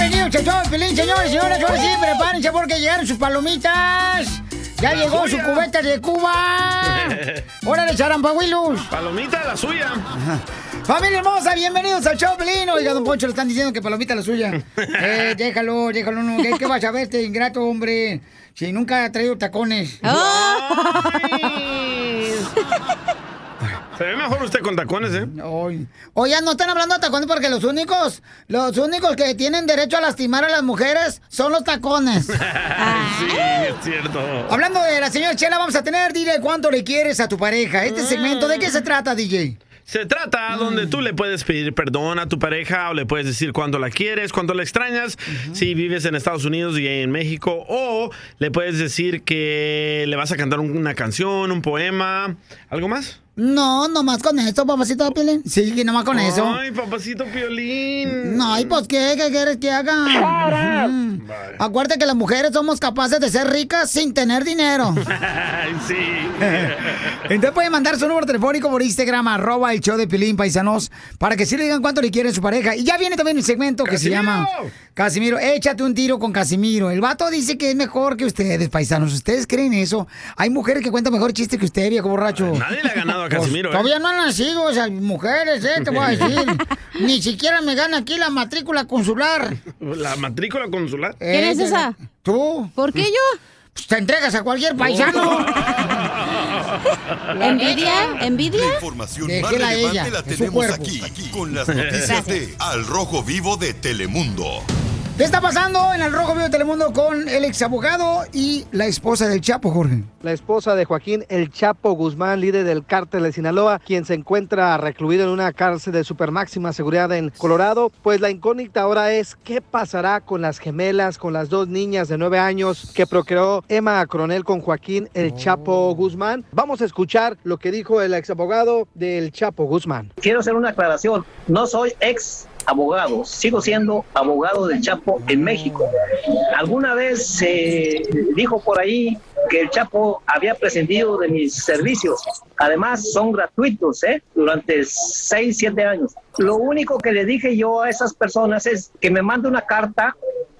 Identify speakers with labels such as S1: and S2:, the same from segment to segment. S1: el show de Pelín, señores, señores. Ahora sí, prepárense porque llegaron sus palomitas. Ya
S2: La
S1: llegó
S2: suya.
S1: su cubeta de Cuba. Órale, Charampahuilus.
S2: Palomita la suya.
S1: Familia hermosa, bienvenidos al show, de Pelín. Oiga, don Poncho, le están diciendo que palomita la suya. Eh, déjalo, déjalo. No. ¿Qué, qué vas a verte, ingrato, hombre? Si nunca ha traído tacones.
S2: Se ve mejor usted con tacones, ¿eh?
S1: Oigan, no están hablando de tacones porque los únicos, los únicos que tienen derecho a lastimar a las mujeres son los tacones.
S2: sí, es cierto.
S1: Hablando de la señora Chela, vamos a tener, dile cuánto le quieres a tu pareja. Este segmento, ¿de qué se trata, DJ?
S2: Se trata donde
S1: Mm.
S2: tú le puedes pedir perdón a tu pareja o le puedes decir cuánto la quieres, cuánto la extrañas, si vives en Estados Unidos y en México, o le puedes decir que le vas a cantar un- una canción, un poema, algo más.
S1: No, nomás con eso, papacito Pilín. Sí, que nomás con eso.
S2: Ay, papacito Piolín.
S1: No, y pues, ¿qué, ¿Qué quieres que haga? Mm. Acuérdate que las mujeres somos capaces de ser ricas sin tener dinero.
S2: Ay, sí.
S1: Entonces pueden mandar su número telefónico por Instagram, arroba el show de Pilín, paisanos, para que sí le digan cuánto le quieren su pareja. Y ya viene también el segmento que se
S2: ¡Casimiro!
S1: llama Casimiro, échate un tiro con Casimiro. El vato dice que es mejor que ustedes, paisanos. ¿Ustedes creen eso? Hay mujeres que cuentan mejor chiste que usted, viejo borracho. Pues,
S2: Nadie le ha ganado
S3: Pues,
S2: a Casimiro, ¿eh?
S1: Todavía no han nacido, o sea, mujeres, ¿eh? Te voy a decir. Ni siquiera me gana aquí la matrícula consular.
S2: La matrícula consular.
S1: ¿Quién es esa? ¿Tú?
S4: ¿Por qué yo?
S1: Pues te entregas a cualquier paisano.
S4: ¿Envidia?
S5: La
S4: ¿Envidia?
S5: información más
S4: Déjela a
S5: relevante
S4: ella,
S5: la
S4: es su
S5: tenemos
S4: cuerpo.
S5: aquí, con las noticias de Al Rojo Vivo de Telemundo.
S1: ¿Qué está pasando en el Rojo Vivo de Telemundo con el ex abogado y la esposa del Chapo, Jorge?
S6: La esposa de Joaquín El Chapo Guzmán, líder del cártel de Sinaloa, quien se encuentra recluido en una cárcel de supermáxima seguridad en Colorado, pues la incógnita ahora es qué pasará con las gemelas, con las dos niñas de nueve años que procreó Emma Coronel con Joaquín El Chapo Guzmán. Vamos a escuchar lo que dijo el ex abogado del Chapo Guzmán.
S7: Quiero hacer una aclaración. No soy ex abogado, sigo siendo abogado del Chapo en México. Alguna vez se dijo por ahí que el Chapo había prescindido de mis servicios. Además, son gratuitos, ¿eh? Durante seis, siete años. Lo único que le dije yo a esas personas es que me mande una carta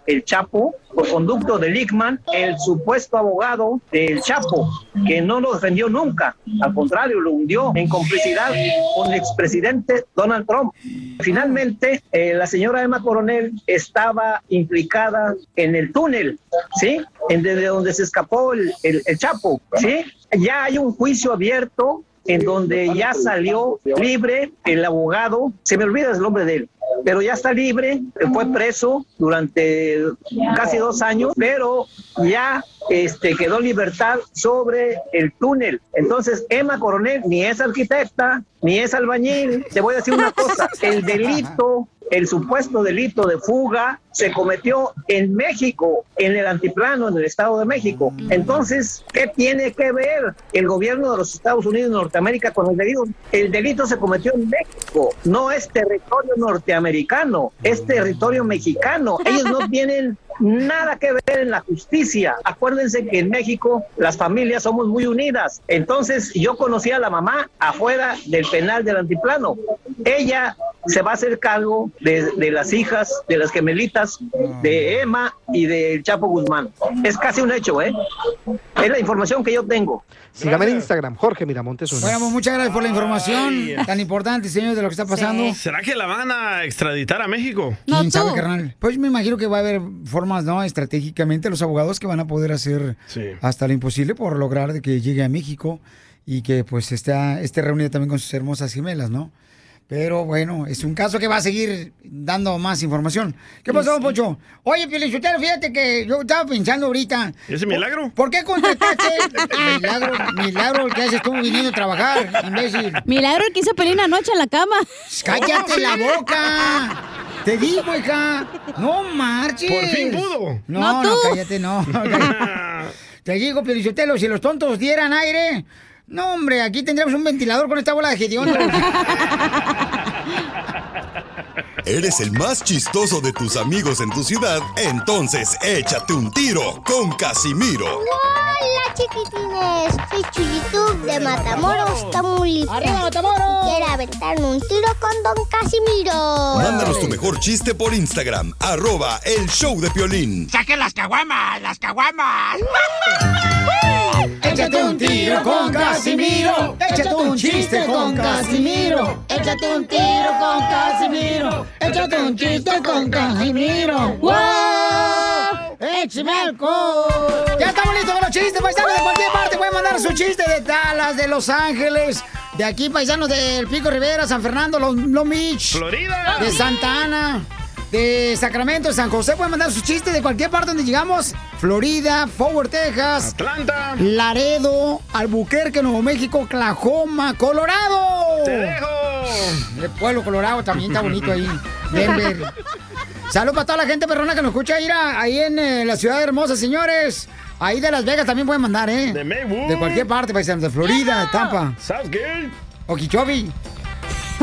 S7: el Chapo, por conducto de Lickman, el supuesto abogado del Chapo, que no lo defendió nunca, al contrario, lo hundió en complicidad con el expresidente Donald Trump. Finalmente, eh, la señora Emma Coronel estaba implicada en el túnel, ¿sí? En desde donde se escapó el, el- el Chapo, ¿sí? Ya hay un juicio abierto en donde ya salió libre el abogado, se me olvida el nombre de él, pero ya está libre, fue preso durante casi dos años, pero ya este, quedó en libertad sobre el túnel. Entonces, Emma Coronel ni es arquitecta, ni es albañil. Te voy a decir una cosa, el delito el supuesto delito de fuga se cometió en México, en el antiplano, en el Estado de México. Entonces, ¿qué tiene que ver el gobierno de los Estados Unidos de Norteamérica con el delito? El delito se cometió en México, no es territorio norteamericano, es territorio mexicano. Ellos no tienen nada que ver en la justicia. Acuérdense que en México las familias somos muy unidas. Entonces yo conocí a la mamá afuera del penal del antiplano. Ella se va a hacer cargo de, de las hijas, de las gemelitas, de Emma y del Chapo Guzmán. Es casi un hecho, ¿eh? Es la información que yo tengo.
S6: Sígame en Instagram, Jorge Miramontes. uno.
S1: Bueno, pues muchas gracias por la información tan importante, señor, de lo que está pasando.
S2: ¿Será que la van a extraditar a México?
S1: ¿Quién sabe, carnal? Pues me imagino que va a haber formas, ¿no? Estratégicamente, los abogados que van a poder hacer hasta lo imposible por lograr de que llegue a México y que pues esté, esté reunido también con sus hermosas gemelas, ¿no? Pero bueno, es un caso que va a seguir dando más información. ¿Qué pasó, don Pocho? Oye, Pielichutero, fíjate que yo estaba pensando ahorita.
S2: ¿Ese
S1: ¿por-
S2: milagro?
S1: ¿Por, qué contrataste? milagro, milagro el que haces tú viniendo a trabajar, imbécil.
S4: Milagro que hizo Pelín anoche en la cama.
S1: ¡Cállate la boca! Te digo, hija. No marches.
S4: Por fin pudo.
S1: No,
S4: No
S1: no,
S4: tú.
S1: cállate, no. Te digo, Pelichotelo, si los tontos dieran aire. No, hombre, aquí tendríamos un ventilador con esta bola de gediondo.
S5: Eres el más chistoso de tus amigos en tu ciudad, entonces échate un tiro con Casimiro.
S8: Hola chiquitines, soy Chuyitub de Matamoros, Tamaulipas.
S3: ¡Arriba, Matamoros!
S8: Quiero aventarme un tiro con Don Casimiro.
S5: Mándanos tu mejor chiste por Instagram, arroba el show de Piolín.
S3: ¡Saquen las caguamas! ¡Las caguamas!
S9: Échate un tiro con Casimiro. Échate un chiste con Casimiro. Échate un tiro con Casimiro. Échate un chiste con Casimiro. ¡Wow!
S1: ¡Eh, ¡Échame alcohol! Ya estamos listos con los chistes, paisanos. De cualquier parte pueden mandar su chiste de Dallas, de Los Ángeles, de aquí, paisanos del Pico Rivera, San Fernando, Los, Long Beach,
S2: Florida.
S1: de Santa Ana, de Sacramento, de San José. Pueden mandar su chiste de cualquier parte donde llegamos. Florida, Forward, Texas,
S2: Atlanta,
S1: Laredo, Albuquerque, Nuevo México, Oklahoma, Colorado.
S3: Te dejo.
S1: El pueblo Colorado también está bonito ahí. Denver. Salud para toda la gente perrona que nos escucha ir a- ahí en eh, la ciudad hermosa, señores. Ahí de Las Vegas también pueden mandar, ¿eh? De
S2: Maywood.
S1: De cualquier parte, paisanos. De Florida, de Tampa.
S2: Southgate.
S1: Okeechobee.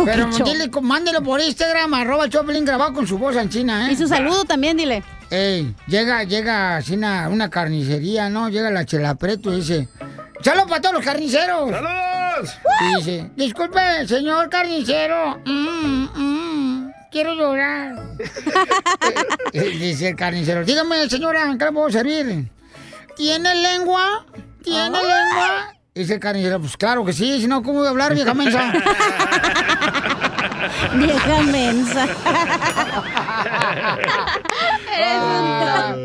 S1: Pero
S4: Okeechobee.
S1: dile, co- mándelo por Instagram, arroba Choplin grabado con su voz en China, ¿eh? Y su saludo también, dile. Ey, llega, llega así una, una carnicería, ¿no? Llega la chelapreto y dice, ¡Saludos para todos los carniceros!
S2: ¡Saludos!
S1: Y dice, disculpe, señor carnicero, mm, mm, quiero llorar. Eh, dice el carnicero, dígame, señora, ¿en ¿qué le puedo servir? ¿Tiene lengua? ¿Tiene lengua? Dice el carnicero, pues claro que sí, si no, ¿cómo voy a hablar, vieja mensa? vieja mensa. Eres un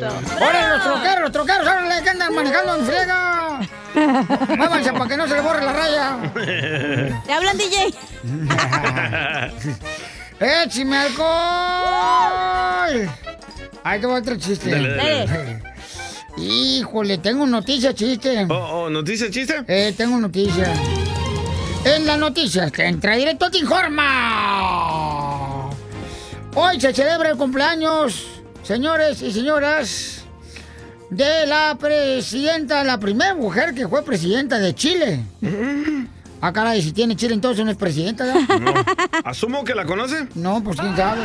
S1: tonto. Ah. ¡Órale, los troqueros, los troqueros! ¡Órale, que andan manejando en friega! ¡Muévanse para que no se le borre la raya! ¿Te hablan, DJ? ¡Échame alcohol! Ahí te va otro chiste.
S2: Dale, dale,
S1: Híjole, tengo noticia, chiste.
S2: Oh, oh, ¿noticia, chiste?
S1: Eh, tengo noticia. En las noticias que entra directo te informa. Hoy se celebra el cumpleaños, señores y señoras, de la presidenta, la primera mujer que fue presidenta de Chile. Ah, caray, si tiene Chile entonces no es presidenta, ¿ya?
S2: Asumo que la conoce.
S1: No, pues quién sabe.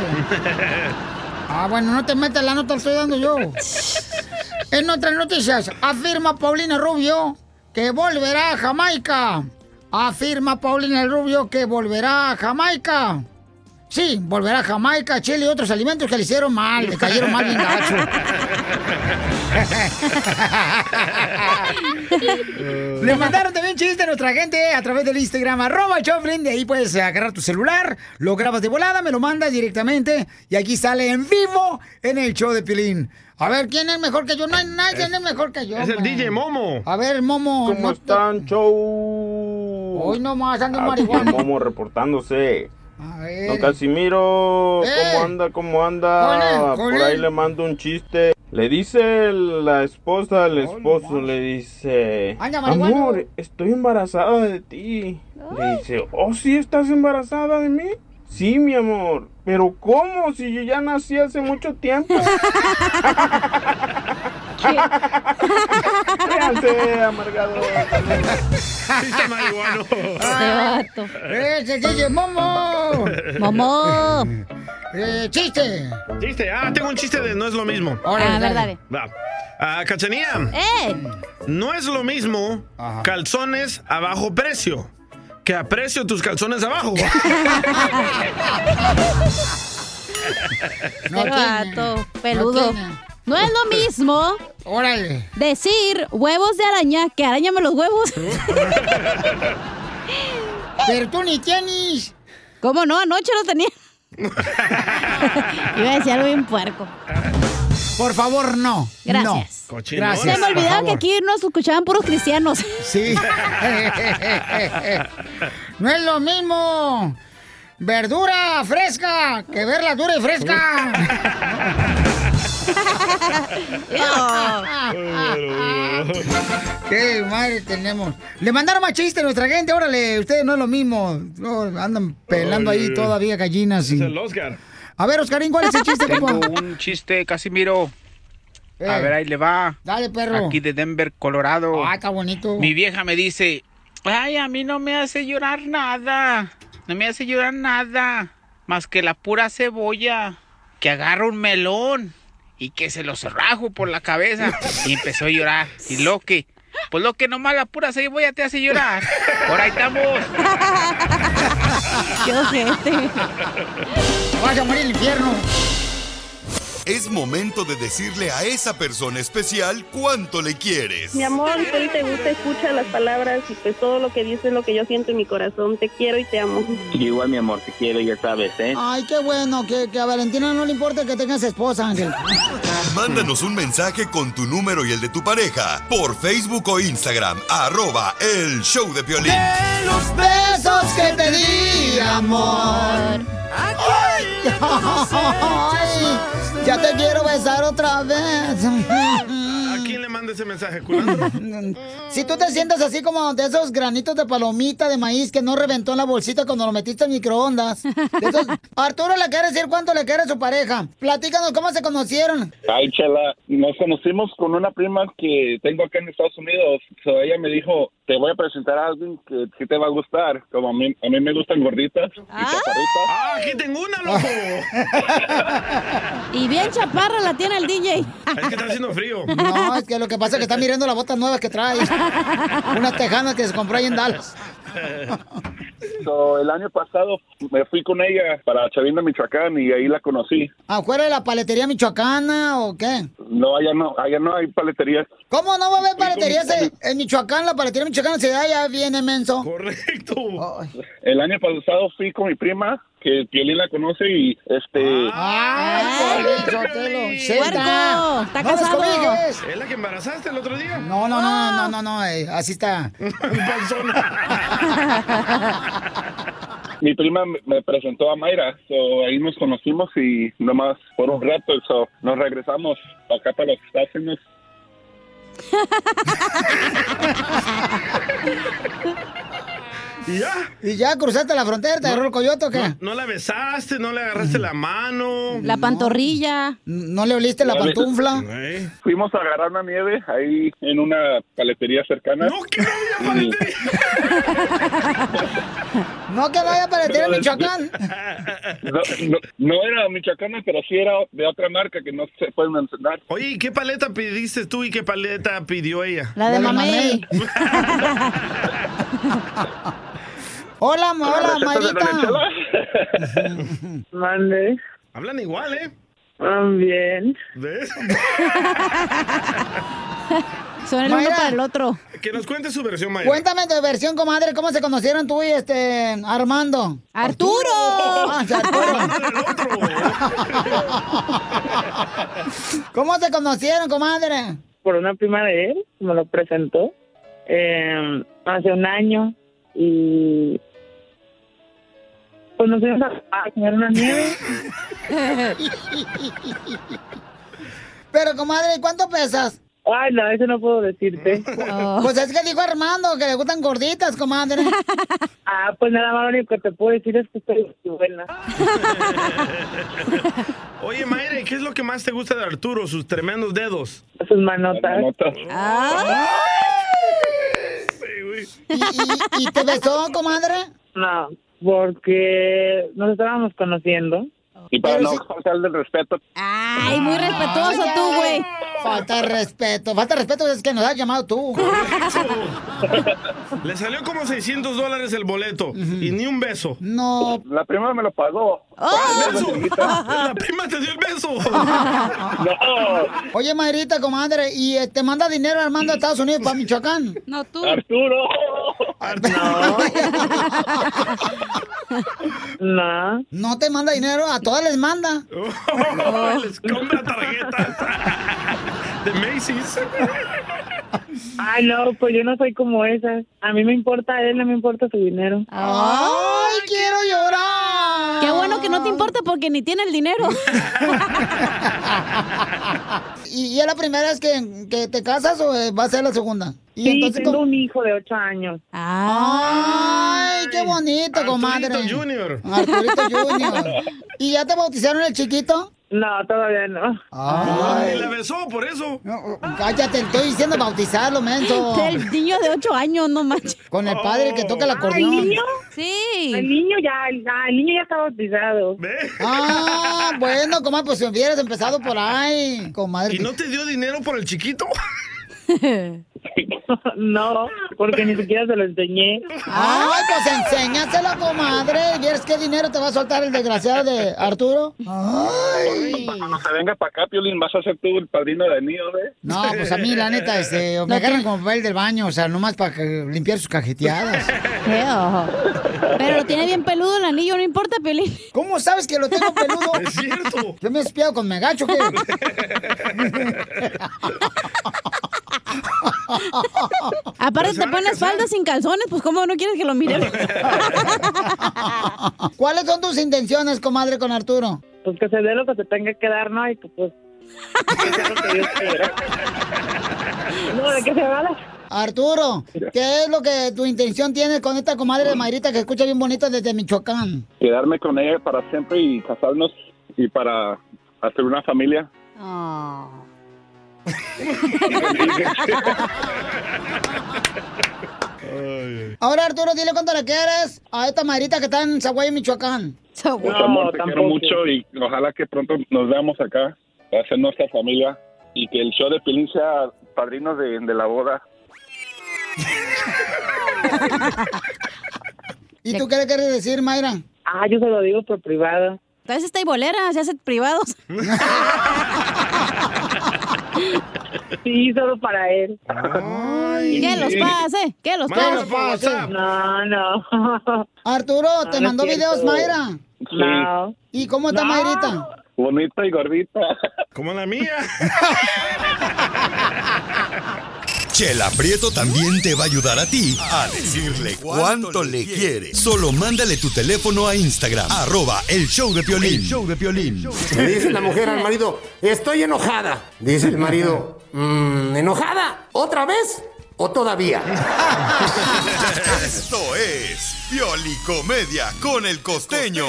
S1: Ah, bueno, no te metas, la nota la estoy dando yo. En otras noticias, afirma Paulina Rubio que volverá a Jamaica. Afirma Paulina Rubio que volverá a Jamaica. Sí, volverá a Jamaica, Chile y otros alimentos que le hicieron
S4: Ah,
S1: mal, le cayeron mal bien gacho. Le mandaron también chiste a nuestra gente a través del Instagram, arroba Choplin. De ahí puedes agarrar tu celular, lo grabas de volada, me lo mandas directamente y aquí sale en vivo en el show de Pilín. A ver, ¿quién es mejor que yo? No hay nadie es mejor que yo.
S2: Es el
S1: man.
S2: DJ Momo.
S1: A ver, Momo.
S10: ¿Cómo
S1: están, show? Hoy nomás ando en marihuana.
S10: Momo reportándose.
S1: A
S10: Don Casimiro,
S1: Eh.
S10: ¿cómo anda? ¿Cómo anda?
S1: Con él, con
S10: Por ahí
S1: él.
S10: le mando un chiste. Le dice la esposa al esposo, le dice...
S3: Anda, marihuana.
S10: Amor, estoy embarazada de ti. Le dice, oh, sí, estás embarazada de mí. Sí, mi amor, pero ¿cómo? Si yo ya nací hace mucho tiempo. Véanse, amargado.
S4: Este
S1: ¡Ese DJ Momo! ¡Momo! Eh, ¡Chiste!
S2: Chiste. Ah, tengo un chiste de no es lo mismo.
S1: Órale,
S4: Ah, a ver, dale.
S2: Va. Ah, Cachanía.
S4: ¡Eh!
S2: No es lo mismo calzones a bajo precio que a precio tus calzones abajo.
S4: No gato, peludo.
S3: tiene.
S4: No es lo mismo.
S1: Órale.
S4: Decir huevos de araña que arañame los huevos.
S1: Pero tú ni tienes.
S4: ¿Cómo no? Anoche lo tenía. Iba a decir algo bien puerco.
S1: Por favor, no.
S4: Gracias.
S1: No.
S4: Gracias. Se me
S1: por
S4: olvidaba que
S1: favor.
S4: aquí nos escuchaban puros cristianos.
S1: Sí. No es lo mismo verdura fresca que verla dura y fresca. Qué madre tenemos. Le mandaron más chiste a nuestra gente, órale, ustedes no es lo mismo. No, andan pelando
S11: Oye.
S1: ahí todavía gallinas. y-
S11: Es el Oscar.
S1: A ver, Oscarín, ¿cuál es el chiste,
S11: Tengo
S1: compa?
S11: un chiste, Casimiro. A
S1: Eh.
S11: ver, ahí le va.
S1: Dale, perro.
S11: Aquí de Denver, Colorado.
S1: Ah, está bonito.
S11: Mi vieja me dice, ay, a mí no me hace llorar nada. No me hace llorar nada.
S12: Más que la pura cebolla, que agarra un melón y que se lo cerrajo por la cabeza. Y empezó a llorar. Y lo que, pues lo que nomás la pura cebolla te hace llorar. Por ahí estamos.
S4: Qué
S13: Vaya a morir el infierno.
S5: Es momento de decirle a esa persona especial cuánto le quieres.
S9: Mi amor, si te gusta, escucha las palabras y pues todo lo que dices es lo que yo siento en mi corazón. Te quiero y te amo.
S14: Igual, mi amor, te quiero, ya sabes, ¿eh?
S1: Ay, qué bueno, que, que a Valentina no le importa que tengas esposa, Ángel.
S5: Mándanos un mensaje con tu número y el de tu pareja por Facebook o Instagram, arroba el show de Piolín.
S1: Los besos que te di, amor. Ay, ay, ya te quiero besar otra vez.
S2: ¿A quién le manda ese mensaje, culando?
S1: Si tú te sientes así como de esos granitos de palomita de maíz que no reventó en la bolsita cuando lo metiste en microondas. de esos- Arturo le quiere decir cuánto le quiere a su pareja. Platícanos cómo se conocieron.
S15: Ay, chela, nos conocimos con una prima que tengo acá en Estados Unidos. So, ella me dijo, te voy a presentar a alguien que sí te va a gustar. Como a mí, a mí me gustan gorditas.
S2: ¡Ah, aquí tengo una, loco!
S4: Y bien chaparra la tiene el DJ.
S2: Es que está haciendo frío.
S1: No, es que lo que pasa es que está mirando las botas nuevas que trae. Unas tejanas que se compró ahí en Dallas.
S15: So, el año pasado me fui con ella para Chavinda, Michoacán, y ahí la conocí.
S1: ¿Afuera de la paletería michoacana o qué?
S15: No, allá no, allá no hay paleterías.
S1: ¿Cómo no va a haber paleterías en, en Michoacán? La paletería michoacana se da ya viene menso.
S2: Correcto.
S15: El año pasado fui con mi prima, que Piolín la conoce, y este...
S1: Ah, ¡Ay, Sotelo! ¡Suelta!
S4: ¡Está
S1: ¡No nos
S4: casado!
S1: cobijas!
S2: ¿Es la que embarazaste el otro día?
S1: No, no, no, no, no, no, eh, así está.
S15: Mi prima me- me presentó a Mayra, so, ahí nos conocimos y nomás por un rato so, nos regresamos acá para los Estados Unidos.
S2: ¿Y ya?
S1: ¿Y ya cruzaste la frontera? ¿Te agarró el coyote o qué?
S2: ¿No la besaste? ¿No le agarraste la mano?
S4: La pantorrilla.
S1: ¿No le oliste
S15: Ya ves- Fuimos a agarrar una nieve ahí en una paletería cercana. ¡No,
S2: que no
S15: había paletería!
S1: No que vaya a paletería
S15: No,
S1: Michoacán.
S15: No, no- no era michoacana, pero sí era de otra marca que no se puede mencionar.
S2: Oye, ¿y qué paleta pediste tú y qué paleta pidió ella?
S4: La de
S1: mamey. Hola, ma- hola, Mayrita.
S2: Mande. Hablan igual, ¿eh?
S9: También.
S2: ¿Ves?
S4: Son el
S1: Mayra.
S4: uno para el otro.
S2: Que nos cuente su versión, Mayra.
S1: Cuéntame tu versión, comadre, ¿cómo se conocieron tú y este Armando?
S4: ¡Arturo!
S1: Ah, sí, Arturo. ¿Cómo se conocieron, comadre?
S9: Por una prima de él, me lo presentó eh, hace un año y pues nos fuimos a, a comer una nieve.
S1: Pero, comadre, ¿cuánto pesas?
S9: Ay, no, eso no puedo decirte.
S1: Pues es que dijo Armando que le gustan gorditas, comadre.
S9: Ah, pues nada más lo único que te puedo decir es que estoy muy buena.
S2: Oye, Mayra, ¿y ¿qué es lo que más te gusta de Arturo? Sus tremendos dedos.
S9: Sus manotas.
S1: Ah. ¿Y, y- y te besó, comadre?
S9: No, porque nos estábamos conociendo.
S15: Y para no faltar del respeto,
S4: Ay, muy respetuoso
S1: Ay,
S4: tú,
S1: ay,
S4: güey.
S1: Falta de respeto, falta de respeto es que nos has llamado tú.
S2: Le salió como 600 dólares el boleto y ni un beso.
S1: No. Oh.
S15: la prima me lo pagó.
S2: ¡Ah! ¡El beso! ¡La prima te dio el beso!
S1: Oye, Mayrita, comadre, ¿y eh, te manda dinero Armando a Estados Unidos para Michoacán?
S4: No, tú.
S15: ¡Arturo!
S9: No.
S1: No te manda dinero, a todas les manda.
S2: Les Pues, compra tarjetas de Macy's.
S9: Ay, no, pues yo no soy como esas. A mí me importa él, no me importa su dinero.
S2: Ah.
S1: ¡Ay, quiero llorar!
S4: Qué bueno que no te importa porque ni tiene el dinero.
S1: ¿Y, y es la primera vez que, que te casas o eh, va a ser la segunda? Y
S9: Sí, tengo
S1: ¿cómo?
S9: un hijo de ocho años.
S1: ¡Ay, qué bonito, comadre!
S2: Junior.
S1: Arturito Junior. ¿Y ya te bautizaron el chiquito?
S12: No, todavía no.
S2: Ay, la besó por eso.
S1: Cállate, estoy diciendo bautizarlo, menso.
S4: El niño de 8 años, no manches.
S1: Con el padre que toca el acordeón.
S12: ¿el niño?
S4: Sí.
S12: El niño ya, ya- el niño ya está bautizado.
S1: Ah, bueno, comadre, pues si hubieras empezado por ahí, comadre.
S2: ¿Y no te dio dinero por el chiquito?
S12: no, porque ni siquiera se lo enseñé.
S1: Ay, pues enséñaselo, comadre. ¿Vieres qué dinero te va a soltar el desgraciado de Arturo? Ay.
S16: Cuando se venga para acá, Piolín, vas a ser tú el padrino de niño, ¿eh?
S1: No, pues a mí, la neta, este, me agarran como papel del baño, o sea, nomás para limpiar sus cajeteadas.
S4: Pero lo tiene bien peludo el anillo, no importa, Pelín.
S1: ¿Cómo sabes que lo tengo peludo?
S4: Es
S2: cierto.
S1: Yo me he espiado con Megacho, ¿qué? Pues
S4: Aparte te pones falda sin calzones, pues cómo no quieres que lo miremos.
S1: ¿Cuáles son tus intenciones, comadre, con Arturo?
S12: Pues que se dé lo que se tenga que dar, ¿no? Y que, pues... que sea lo que Dios quiera. No, ¿de qué se habla?
S1: Arturo, ¿qué es lo que tu intención tienes con esta comadre de Mayrita que escucha bien bonito desde Michoacán?
S16: Quedarme con ella para siempre y casarnos y para hacer una familia.
S4: Ah.
S1: Ahora, Arturo, dile cuánto le quieres a esta Mayrita que está en Zaguay, Michoacán.
S16: Pues, amor, te quiero mucho y ojalá que pronto nos veamos acá para hacer nuestra familia y que el show de Piolín sea padrino de, de la boda.
S1: ¿Y tú qué le quieres decir, Mayra?
S12: Ah, yo se lo digo por privado.
S4: A veces está y bolera, se hace privados.
S12: Sí, solo para él.
S2: Ah.
S4: Que los pase, que los
S12: Mándalo
S4: pase.
S12: por WhatsApp. No, no.
S1: Arturo, ¿te
S12: No, no
S1: mandó
S12: es
S1: videos,
S12: cierto.
S1: Mayra?
S16: Sí. No.
S1: ¿Y cómo está
S16: No.
S1: Mayrita?
S16: Bonita y gordita.
S2: Como la mía.
S5: Chela Prieto también te va a ayudar a ti a decirle cuánto le quiere. Solo mándale tu teléfono a Instagram, arroba el show de
S17: El
S5: Piolín. show de
S17: Le dice la mujer al marido, estoy enojada. Dice el marido, "Mm, ¿enojada? ¿Otra vez? ¿O todavía?
S5: Esto es Piolicomedia con el costeño.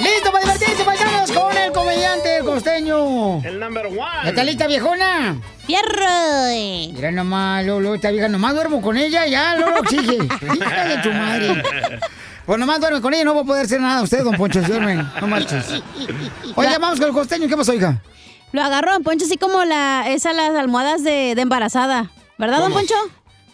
S1: ¡Listo para divertirse, paisanos! Con el comediante el costeño.
S2: El number one.
S1: ¿Está lista, viejona? ¡Fierro! Mira nomás, Lolo, esta vieja nomás duermo con ella, ya, Lolo exige. Hija de tu madre. Pues nomás duerme con ella, no va a poder hacer nada usted, don Poncho, si duerme, no marches. Oiga, vamos con el costeño, ¿qué pasó, hija?
S4: Lo agarró Don Poncho así como la, esa las almohadas de, de embarazada. ¿Verdad, Don Poncho?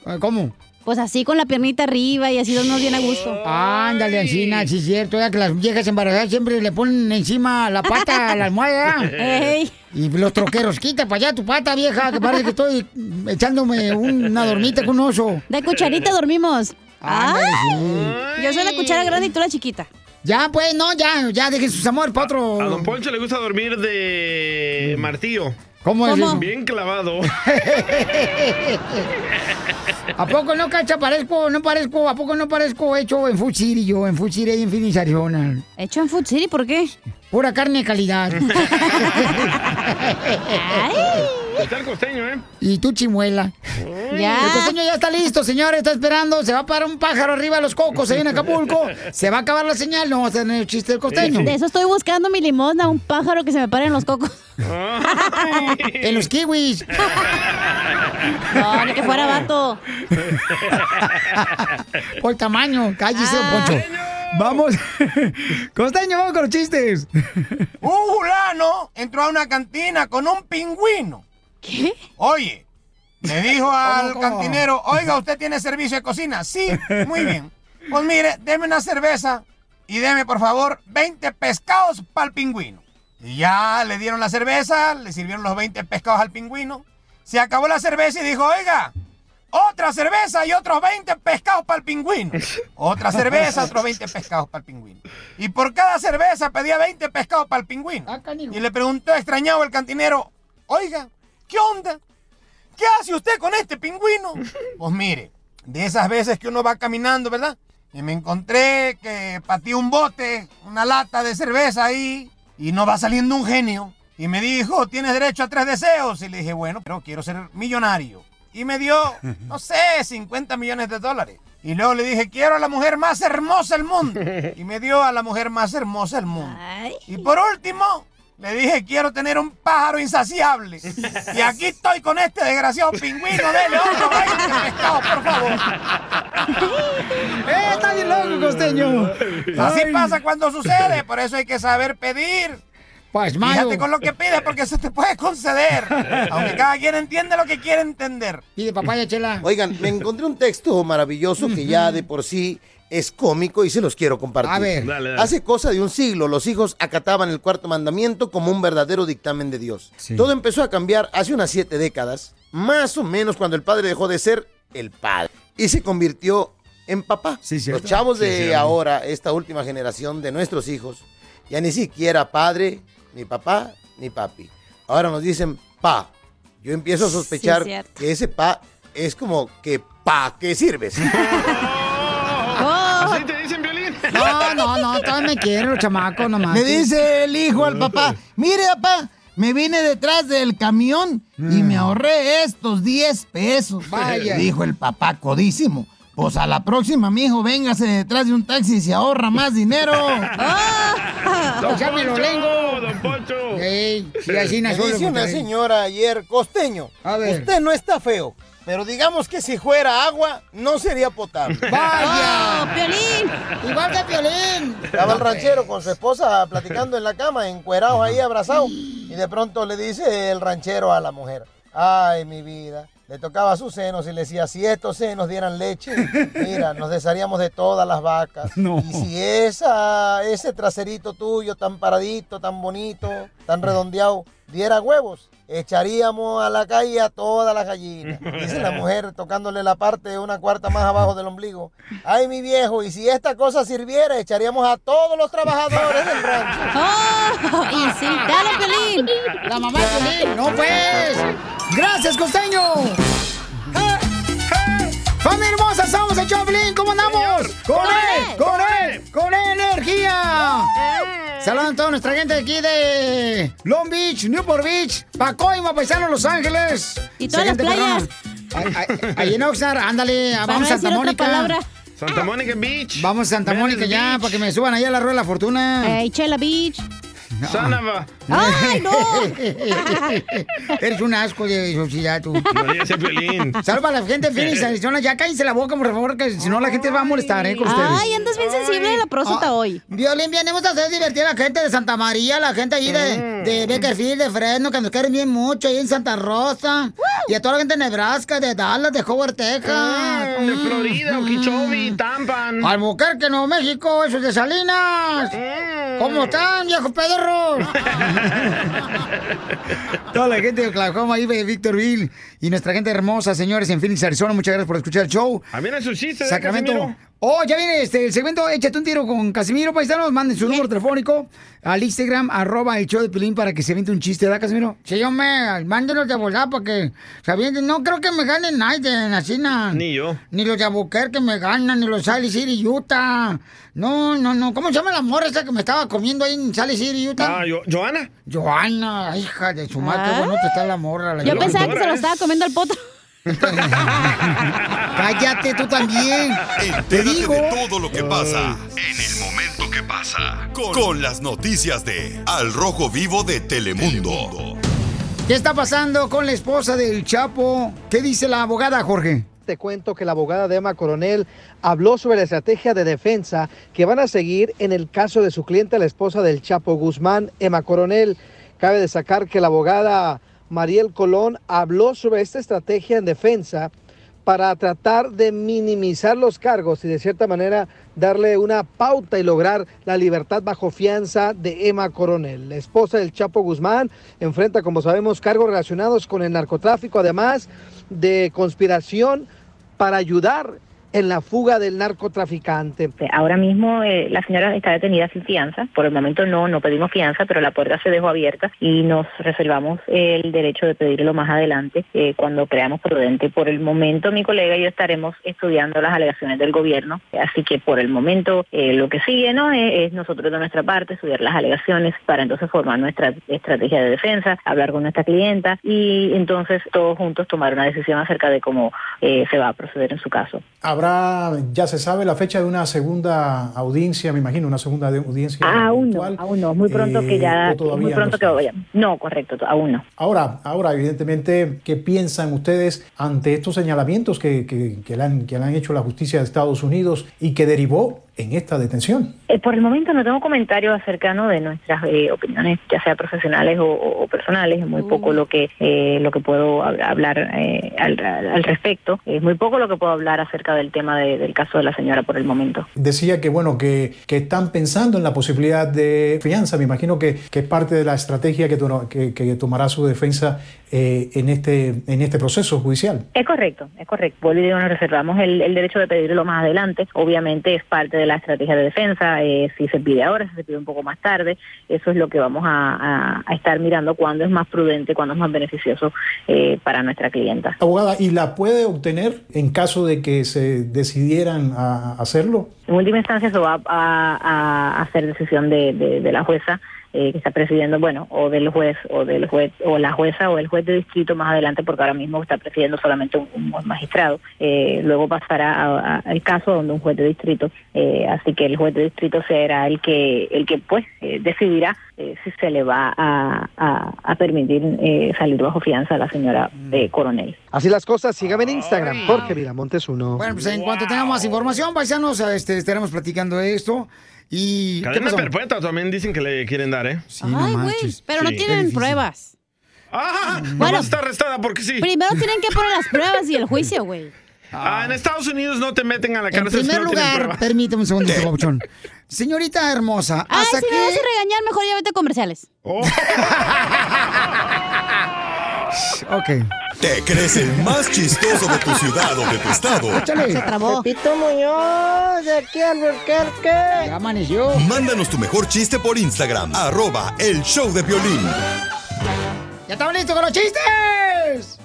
S1: Ah, ¿Cómo?
S4: Pues así con la piernita arriba y así nos viene a gusto.
S1: Ándale, Ancina, sí es cierto, ya que las viejas embarazadas siempre le ponen encima la pata a la almohada. ¿verdad?
S4: Ey.
S1: Y los troqueros, quita para allá tu pata, vieja, que parece que estoy echándome una dormita con un oso.
S4: De cucharita dormimos. Ah. Yo soy la cuchara grande y tú la chiquita.
S1: Ya, pues, no, ya, ya, dejen sus amores para
S2: A don
S1: otro.
S2: Poncho le gusta dormir de martillo.
S1: ¿Cómo es ¿Cómo? eso?
S2: Bien clavado.
S1: ¿A poco no, cacha? Parezco, no parezco, ¿a poco no parezco hecho en Food City yo, en Food City ahí en Phoenix, Arizona?
S4: ¿Hecho en Food City? ¿Por qué?
S1: Pura carne de calidad.
S2: Está el costeño, ¿eh?
S1: y tú, chimuela.
S2: Ya.
S1: El costeño ya está listo, señores, está esperando, se va a parar un pájaro arriba de los cocos ahí en Acapulco, se va a acabar la señal, no vamos a tener el chiste del costeño.
S4: De eso estoy buscando mi limosna, un pájaro que se me pare en los cocos.
S1: en los kiwis.
S4: No, ni que fuera vato.
S1: Por tamaño, cállese, don Poncho. Vamos. Costeño, vamos con los chistes.
S17: Un fulano entró a una cantina con un pingüino. ¿Qué? Oye, le dijo
S1: Oh.
S17: al
S8: ¿Cómo, cómo?
S17: cantinero, oiga, ¿usted tiene servicio de cocina? Sí, muy bien. Pues mire, deme una cerveza y deme, por favor, 20 pescados para el pingüino. Y ya le dieron la cerveza, le sirvieron los 20 pescados al pingüino. Se acabó la cerveza y dijo, oiga, otra cerveza y otros 20 pescados para el pingüino. Otra cerveza, otros 20 pescados para el pingüino. Y por cada cerveza pedía 20 pescados para el pingüino. Y le preguntó extrañado el cantinero, oiga, ¿qué onda? ¿Qué hace usted con este pingüino? Pues mire, de esas veces que uno va caminando, ¿verdad? Y me encontré que patí un bote, una lata de cerveza ahí, y no va saliendo un genio. Y me dijo, tienes derecho a tres deseos. Y le dije, bueno, pero quiero ser millonario. Y me dio, no sé, 50 millones de dólares. Y luego le dije, quiero a la mujer más hermosa del mundo. Y me dio a la mujer más hermosa del mundo. Y por último, Le dije, quiero tener un pájaro insaciable. Y aquí estoy con este desgraciado pingüino. Dele otro 20 pescados, por favor.
S1: ¡Eh, está bien loco, costeño!
S17: Así
S1: Ay.
S17: pasa cuando sucede. Por eso hay que saber pedir.
S1: Pues, Mayo.
S17: Fíjate con lo que pides porque se te puede conceder. Aunque cada quien entiende lo que quiere entender.
S1: Pide papaya, chela.
S3: Oigan, me encontré un texto maravilloso que ya de por sí es cómico y se los quiero compartir.
S1: A ver. Dale, dale.
S3: Hace cosa de un siglo, los hijos acataban el cuarto mandamiento como un verdadero dictamen de Dios. Todo empezó a cambiar hace unas siete décadas, más o menos cuando el padre dejó de ser el padre y se convirtió en papá. los chavos
S18: Sí,
S3: de
S18: cierto.
S3: ahora, esta última generación de nuestros hijos, ya ni siquiera padre, ni papá, ni papi. Ahora nos dicen pa. Yo empiezo a sospechar
S18: Sí, cierto.
S3: que ese pa es como que pa que sirves.
S4: Oh.
S2: ¿Así te dicen violín?
S1: No, no, no, todavía me quieren los chamacos nomás.
S18: Me dice el hijo al papá, mire papá, me vine detrás del camión y me ahorré estos 10 pesos.
S1: Mm. Vaya.
S18: Dijo el papá codísimo. Pues a la próxima, mijo, véngase detrás de un taxi y se ahorra más dinero.
S1: Don Ya me lo Poncho, lengo.
S2: Don Poncho.
S1: Ey, sí,
S3: así nació
S1: lo
S3: dice una
S1: contrario.
S3: señora ayer, costeño.
S1: ver.
S3: Usted no está feo, pero digamos que si fuera agua, no sería potable.
S1: ¡Vaya!
S3: ¡Oh, Piolín!
S1: Igual que Piolín.
S3: Estaba el ranchero con su esposa platicando en la cama, encuerados ahí, abrazados. Y de pronto le dice el ranchero a la mujer, ay, mi vida. Le tocaba sus senos y le decía, si estos senos dieran leche, mira, nos desharíamos de todas las vacas. Y si esa, ese traserito tuyo, tan paradito, tan bonito, tan redondeado, diera huevos, echaríamos a la calle a todas las gallinas. Dice la mujer tocándole la parte una cuarta más abajo del ombligo. Ay, mi viejo, y si esta cosa sirviera, echaríamos a todos los trabajadores del rancho.
S4: Oh, y sí, dale, Pelín.
S1: La mamá de Piolín. No, pues. Gracias, costeño. ¡Eh, eh! Familia hermosa, somos el Choplin. ¿Cómo andamos? Con él, con él, con energía.
S4: Eh.
S1: Saludos a toda nuestra gente de aquí de Long Beach, Newport Beach, Pacoima, Paisano, Los Ángeles.
S4: Y todas
S1: Esa
S4: las
S1: gente
S4: playas.
S1: perrona. Ay, ay, Ahí en Oxnard, ándale,
S4: Para
S1: vamos
S4: no
S1: a Santa
S4: decir otra
S1: Mónica.
S4: palabra.
S2: Santa Mónica Beach.
S1: Vamos a Santa Mónica ya, para que me suban allá a la rueda de la fortuna.
S4: Ey, Chela Beach.
S1: Ah.
S2: Sánava.
S4: ¡Ay, no!
S1: Eres un asco de sociedad, tú.
S2: Debería ser violín.
S1: Salva a la gente de Phoenix, Arizona. Ya cállense la boca, por favor, que si no la gente va a molestar, ¿eh? Con ustedes.
S4: Ay, andas bien sensible de la próstata hoy.
S1: Ah, Violín, venimos a hacer divertir a la gente de Santa María, la gente ahí
S2: Mm.
S1: de, de Beckerfield, de Fresno, que nos quieren bien mucho, ahí en Santa Rosa. Y a toda la gente de Nebraska, de Dallas, de Howard, Texas.
S2: Mm,
S1: Mm.
S2: De Florida, Okeechobee, Tampa.
S1: Albuquerque, Nuevo México, esos de Salinas.
S2: Mm.
S1: ¿Cómo están, viejos pedorros? Toda la gente de Oklahoma, ahí de Victorville. Y nuestra gente hermosa, señores, en Phoenix, Arizona. Muchas gracias por escuchar el show.
S2: A mí era su chiste, ¿eh,
S1: Sacramento.
S2: Casimiro?
S1: Oh, ya viene este, el segmento Échate un tiro con Casimiro Paisanos. Manden su número telefónico al Instagram, arroba el show de Pilín para que se aviente un chiste, ¿verdad, Casimiro? Sí, hombre, mándenos de volada para que se avienten. No creo que me ganen nadie en la China.
S2: Ni yo.
S1: Ni los de Albuquerque me ganan, ni los Sally City, Utah. No, no, no. ¿Cómo se llama la morra esa que me estaba comiendo ahí en Sally City, Utah?
S2: Ah, yo, Joana. Ah.
S1: Joana, hija de su madre, qué bueno que está la morra. La
S4: Yo pensaba que se lo
S1: Joana.
S4: estaba comiendo al potro.
S1: Cállate tú también.
S5: Entérate de todo lo que pasa en el momento que pasa. Con, con las noticias de Al Rojo Vivo de Telemundo.
S1: ¿Qué está pasando con la esposa del Chapo? ¿Qué dice la abogada, Jorge?
S19: Te cuento que la abogada de Emma Coronel habló sobre la estrategia de defensa que van a seguir en el caso de su cliente, la esposa del Chapo Guzmán, Emma Coronel. Cabe destacar que la abogada Mariel Colón habló sobre esta estrategia en defensa para tratar de minimizar los cargos y de cierta manera darle una pauta y lograr la libertad bajo fianza de Emma Coronel. La esposa del Chapo Guzmán enfrenta, como sabemos, cargos relacionados con el narcotráfico, además de conspiración para ayudar en la fuga del narcotraficante.
S20: Ahora mismo eh, la señora está detenida sin fianza. Por el momento no, no pedimos fianza, pero la puerta se dejó abierta y nos reservamos el derecho de pedirlo más adelante eh, cuando creamos prudente. Por el momento mi colega y yo estaremos estudiando las alegaciones del gobierno, así que por el momento eh, lo que sigue no Eh, es, es nosotros de nuestra parte estudiar las alegaciones para entonces formar nuestra estrategia de defensa, hablar con nuestra clienta y entonces todos juntos tomar una decisión acerca de cómo eh, se va a proceder en su caso.
S11: habrá, ya se sabe, la fecha de una segunda audiencia, me imagino, una segunda de- audiencia.
S20: aún no, aún no, muy pronto
S11: eh,
S20: que ya,
S11: o todavía
S20: muy
S11: no
S20: pronto
S11: se
S20: que vaya. No, correcto, aún no.
S11: Ahora, ahora, evidentemente, ¿qué piensan ustedes ante estos señalamientos que, que- que le han, que le han hecho la justicia de Estados Unidos y que derivó en esta detención?
S20: Eh, por el momento no tengo comentarios acerca ¿no? de nuestras eh, opiniones, ya sea profesionales o, o- o personales. Es muy poco lo que eh, lo que puedo hab- hablar eh, al, al- al respecto. Es muy poco lo que puedo hablar acerca del tema de- del caso de la señora por el momento.
S11: Decía que, bueno, que, que están pensando en la posibilidad de fianza. Me imagino que, que es parte de la estrategia que, to- que- que tomará su defensa eh, en, este, en este proceso judicial.
S20: Es correcto, es correcto. Vuelvo y digo, nos reservamos el, el derecho de pedirlo más adelante. Obviamente es parte de la estrategia de defensa. eh, si se pide ahora, si se pide un poco más tarde, eso es lo que vamos a, a- a estar mirando cuándo es más prudente, cuándo es más beneficioso eh, para nuestra clienta.
S11: Abogada, ¿y la puede obtener en caso de que se decidieran a a hacerlo?
S20: En última instancia, eso va a, a- a ser decisión de, de- de la jueza eh, que está presidiendo, bueno, o del juez, o del juez, o la jueza, o el juez de distrito más adelante, porque ahora mismo está presidiendo solamente un, un juez magistrado. Eh, luego pasará a- a- al caso donde un juez de distrito, eh, así que el juez de distrito será el que, el que pues, eh, decidirá eh, si se le va a, a- a permitir eh, salir bajo fianza a la señora eh, coronel.
S19: Mm. Así las cosas, síganme en Instagram, Jorge Miramontes uno.
S9: Bueno, pues en cuanto tengamos más información, paisanos, este, estaremos platicando de esto. Y. ¿Qué
S2: Cadena
S9: pasó?
S2: perpetua también dicen que le quieren dar, ¿eh?
S4: Ay, güey, pero no tienen pruebas.
S2: Ah, Bueno, está arrestada porque sí.
S4: Primero tienen que poner las pruebas y el juicio, güey.
S2: Ah, en Estados Unidos no te meten a la
S9: En
S2: cárcel. si
S9: primer
S2: no tienen
S9: lugar,
S2: pruebas.
S9: permíteme un segundo, Pabuchón. Señorita hermosa,
S4: Ay,
S9: ¿hasta
S4: si
S9: qué?
S4: me vas a regañar, mejor ya vete a comerciales.
S2: Oh.
S9: Ok.
S5: ¿Te crees el más chistoso de tu ciudad o de tu estado?
S1: Pepito Muñoz, de aquí al Burquerque. Ya amaneció.
S5: Mándanos tu mejor chiste por Instagram, arroba el show de violín.
S1: ¡Ya estamos listos con los chistes!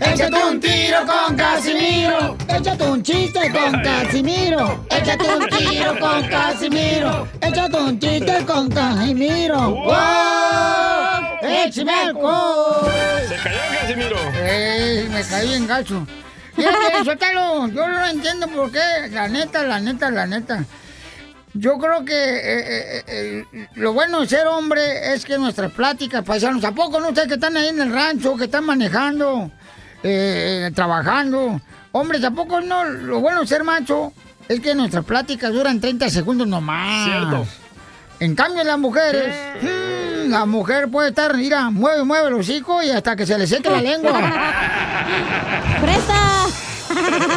S1: Échate un tiro con Casimiro. Échate un chiste con Casimiro. Échate un tiro con Casimiro. Échate un chiste con Casimiro. ¡Eh, ¡Wow! ¡Échame alcohol!
S2: Se cayó Casimiro.
S1: ¡Ey! Me caí en gacho. Fíjate, suéltalo. Yo no entiendo por qué. La neta, la neta, la neta. Yo creo que eh, eh, eh, lo bueno de ser hombre es que nuestras pláticas, paisanos, ¿a poco no ustedes que están ahí en el rancho, que están manejando, eh, eh, trabajando? Hombre, tampoco no? Lo bueno de ser macho es que nuestras pláticas duran 30 segundos nomás.
S9: Cierto.
S1: En cambio, las mujeres, mm, la mujer puede estar, mira, mueve, mueve los hocico y hasta que se le seque la lengua. ¡Presa!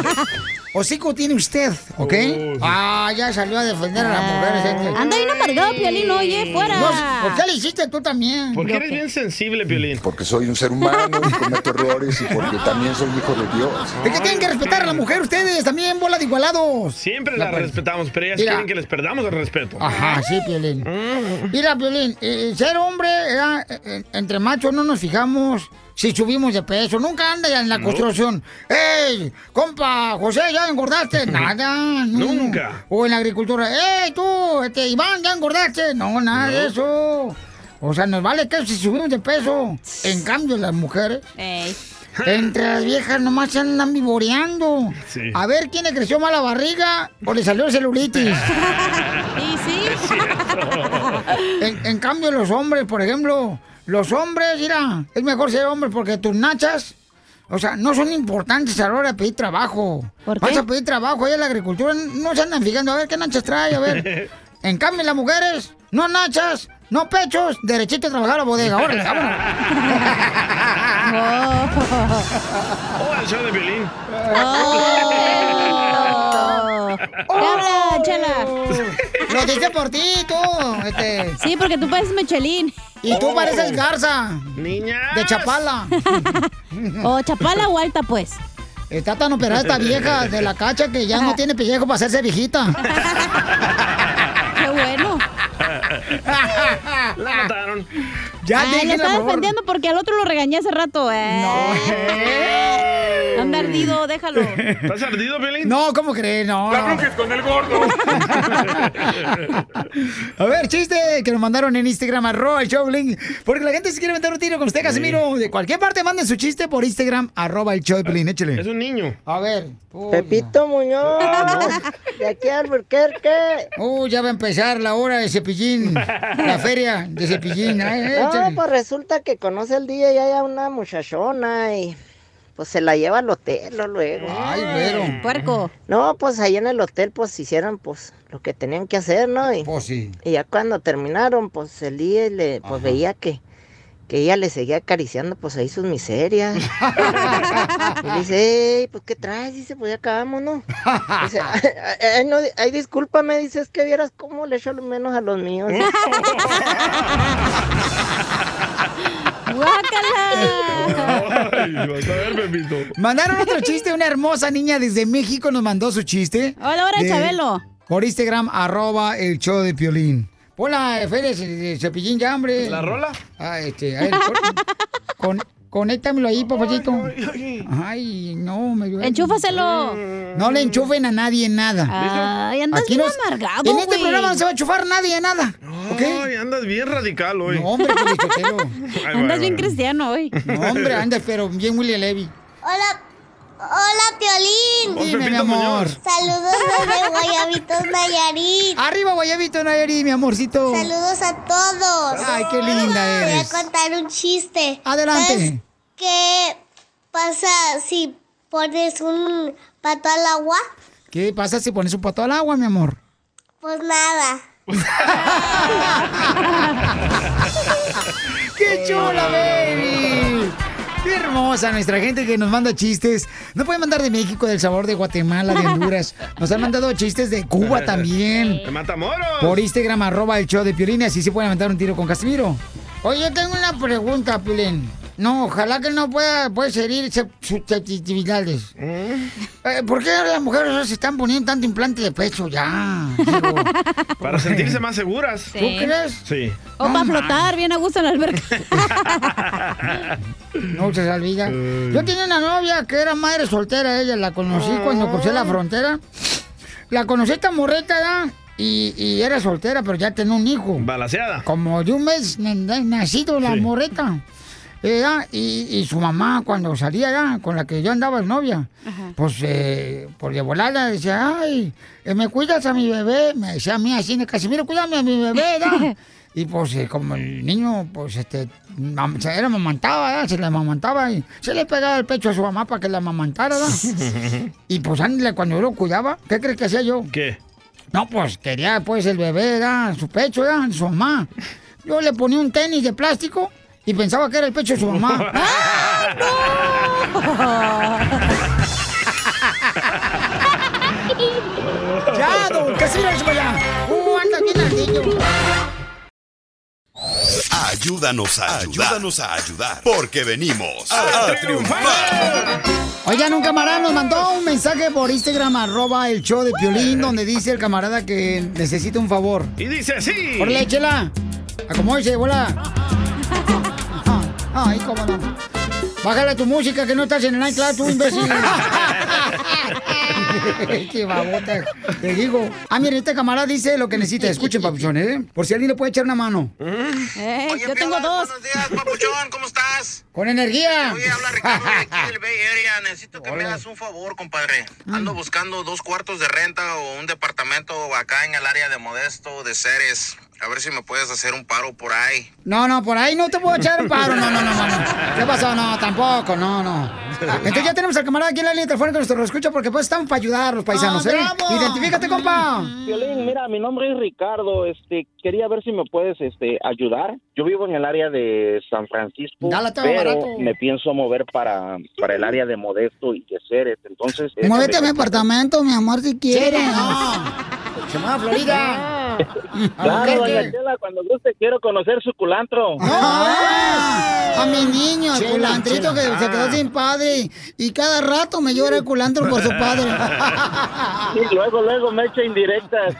S1: Hocico tiene usted,
S2: Oh,
S1: ¿ok? Ah, ya salió a defender a las mujeres. Este.
S4: Ah. anda bien amargado, Piolín, oye, fuera.
S1: No, ¿Por qué le hiciste tú también?
S2: Porque eres bien sensible, Piolín.
S21: Porque soy un ser humano y cometo errores y porque también soy hijo de Dios.
S1: Es que tienen que respetar a la mujer ustedes, también bola de igualados.
S2: Siempre la respetamos, pero ellas
S1: Mira.
S2: quieren que les perdamos el respeto.
S1: Ajá, sí, Piolín. Mira, Piolín, eh, ser hombre, eh, eh, entre machos no nos fijamos si subimos de peso. Nunca anda en la
S2: No.
S1: construcción. ¡Ey, compa, José, ya engordaste! Nada. no.
S2: Nunca.
S1: O en la agricultura. ¡Ey, tú, este, Iván, ya engordaste! No, nada de eso. O sea, nos vale que si subimos de peso. En cambio, las mujeres... Entre las viejas nomás se andan vivoreando.
S2: Sí.
S1: A ver quién le creció más la barriga o le salió celulitis.
S4: Y sí.
S1: En, en cambio, los hombres, por ejemplo, los hombres, mira, es mejor ser hombre porque tus nachas, o sea, no son importantes a la hora de pedir trabajo. Vas a pedir trabajo ahí en la agricultura, no se andan fijando a ver qué nachas trae, a ver. En cambio, las mujeres, no nachas, no pechos, derechito a trabajar a la bodega. Órale,
S2: Ah,
S1: vámonos.
S2: Oh, el show de Piolín.
S4: ¡Habla, chela!
S1: ¡Oh! Lo dice por ti, tú. Este.
S4: Sí, porque tú pareces Michelin.
S1: Y
S2: Oh.
S1: tú pareces Garza.
S2: Niña.
S1: De Chapala.
S4: O Oh, Chapala o Alta, pues.
S1: Está tan operada esta vieja de la cacha que ya no tiene pellejo para hacerse viejita.
S4: Qué bueno.
S2: La mataron.
S1: Ya
S4: Ah. Ay, lo
S1: déjenla,
S4: estaba
S1: por favor.
S4: defendiendo porque al otro lo regañé hace rato. eh. Anda ardido, déjalo.
S2: ¿Estás ardido, Pelín?
S1: No, ¿cómo crees? No. no.
S2: con el gordo.
S1: A ver, chiste que nos mandaron en Instagram, arroba el show, Blin, Porque la gente se quiere meter un tiro con usted, Casimiro. De cualquier parte, manden su chiste por Instagram, arroba el show, de Piolín, Échele. Es
S2: un niño. Ah,
S1: A ver.
S22: Pepito Muñoz, de aquí a Alburquerque.
S1: Uh, ya va a empezar la hora de Cepillín, la feria de Cepillín. Ay,
S22: No,
S1: ¿eh? échale.
S22: pues resulta que conoce el día y hay a una muchachona y pues se la lleva al hotel ¿no? luego. Ay,
S1: pero.
S4: Puerco.
S22: No, pues ahí en el hotel pues hicieron pues lo que tenían que hacer, ¿no? Y,
S1: pues sí.
S22: Y ya cuando terminaron pues el día y le, pues veía que, que ella le seguía acariciando pues ahí sus miserias. y dice, "Ey, pues qué traes, dice, pues ya acabamos, ¿no? Dice, ay, ay, no, ay, discúlpame, dice, es que vieras cómo le echo menos a los míos.
S2: Ay, vas a ver, Pepito.
S1: Mandaron otro chiste, una hermosa niña desde México nos mandó su chiste.
S4: Hola, hola,
S1: De-
S4: Chabelo.
S1: Por Instagram, arroba el show de Piolín. Hola, Félix, eh, Cepillín, ya, hombre.
S2: ¿La rola?
S1: Ah, este, a ver, con- con- conéctamelo ahí, papachito. Ay, no, me duele.
S4: Enchúfaselo.
S1: No le enchufen a nadie nada.
S4: Ay, andas bien
S1: es-
S4: amargado,
S1: En este
S4: güey.
S1: programa no se va a enchufar nadie nada.
S2: Ay, andas bien radical hoy. No,
S1: hombre,
S4: Andas bien cristiano hoy.
S1: No, hombre, andas, pero bien William Levy.
S8: Hola, hola, Piolín.
S1: Oh, Dime, Pepito mi amor. Muñoz.
S8: Saludos desde Guayabitos Nayarit.
S1: Arriba, Guayabito Nayari, mi amorcito.
S8: Saludos a todos.
S1: Ay, qué linda
S8: Voy a
S1: eres.
S8: contar un chiste.
S1: Adelante.
S8: ¿Sabes ¿Qué pasa si pones un pato al agua?
S1: ¿Qué pasa si pones un pato al agua, mi amor?
S8: Pues nada.
S1: ¡Qué chula, baby! ¡Qué hermosa nuestra gente que nos manda chistes! No pueden mandar de México, del sabor de Guatemala, de Honduras. Nos han mandado chistes de Cuba también.
S2: ¡Te mata moro!
S1: Por Instagram, arroba el show de Piolín, y así se pueden aventar un tiro con Casimiro. Oye, yo tengo una pregunta, Piolín. No, ojalá que no pueda pues, herir sep- susceptibilidades. Eh, ¿Por qué las mujeres ahora se están poniendo tanto implante de pecho ya?
S2: Para sentirse más seguras.
S4: Sí. ¿Tú crees?
S2: Sí.
S4: O para flotar bien a gusto en la alberca.
S1: No se olvida. Yo tenía una novia que era madre soltera, ella la conocí
S2: Ah.
S1: cuando crucé la frontera. La conocí esta morreta, ¿verdad? Y, y era soltera, pero ya tenía un hijo.
S2: Balaseada.
S1: Como de un mes n- n- nacido la
S2: Sí.
S1: morreta. ¿verdad? Y, y su mamá, cuando salía, ¿verdad? con la que yo andaba de novia, pues eh, por de volada decía, ay, eh, me cuidas a mi bebé, me decía a mí así, Casimiro, cuídame a mi bebé, ¿verdad? Y pues eh, como el niño, pues este, mam- se era mamantaba, ¿verdad? se le mamantaba y se le pegaba el pecho a su mamá para que la mamantara, ¿verdad? y pues ándale, cuando yo lo cuidaba, ¿qué crees que hacía yo?
S2: ¿Qué?
S1: No, pues quería pues el bebé, ¿verdad? Su pecho, ¿verdad? Su mamá. Yo le ponía un tenis de plástico y pensaba que era el pecho de su mamá. ¡Ah, ¡Ya, don Casimiro, échame ya! ¡Uh, anda bien ardillo!
S5: Ayúdanos a ayudar. Ayúdanos a ayudar. Porque venimos a, a triunfar.
S1: Oigan, un camarada nos mandó un mensaje por Instagram, arroba el show de Piolín, donde dice el camarada que necesita un favor.
S2: Y dice así.
S1: ¡Órale, échela! ¡Acomódese, bola! ¡Ay, cómo no! Bájale tu música que no estás en el nightclub, tú imbécil. Qué babota. Te digo. Ah, miren, este camarada dice lo que necesita. Escuchen, papuchón, ¿eh? Por si alguien le puede echar una mano.
S9: ¿Eh?
S4: Eh, yo tengo dos.
S9: Papuchón, ¿cómo estás?
S1: ¡Con energía!
S9: Oye, habla Ricardo de aquí del Bay Area. Necesito que me hagas un favor, compadre. Ando buscando dos cuartos de renta o un departamento acá en el área de Modesto, de Ceres. A ver si me puedes hacer un paro por ahí.
S1: No, no, por ahí no te puedo echar un paro. No, no, no, no. no. ¿Qué pasó? No, tampoco. No, no. Entonces ya tenemos al camarada aquí en la línea telefónica que nos escucha porque pues están para ayudar los
S23: Ah,
S1: paisanos, ¿eh? Identifícate, compa.
S23: Violín, mira, mi nombre es Ricardo. Este, quería ver si me puedes este, ayudar. Yo vivo en el área de San Francisco,
S1: Dale, estaba
S23: pero
S1: barato.
S23: me pienso mover para, para el área de Modesto y de Ceres. Entonces, este,
S22: Muévete a mi
S23: me-
S22: apartamento, mi amor, si quieres.
S1: no. Se va a Ah, Florida.
S4: Ah.
S23: Claro,
S1: Albuquerque.
S23: doña Chela, cuando guste quiero conocer su culantro.
S1: pues! A mi niño, el
S23: Chela,
S1: culantrito que
S23: chela.
S1: se quedó sin padre. Y cada rato me llora el culantro por su padre.
S23: Y luego, luego me echa indirectas.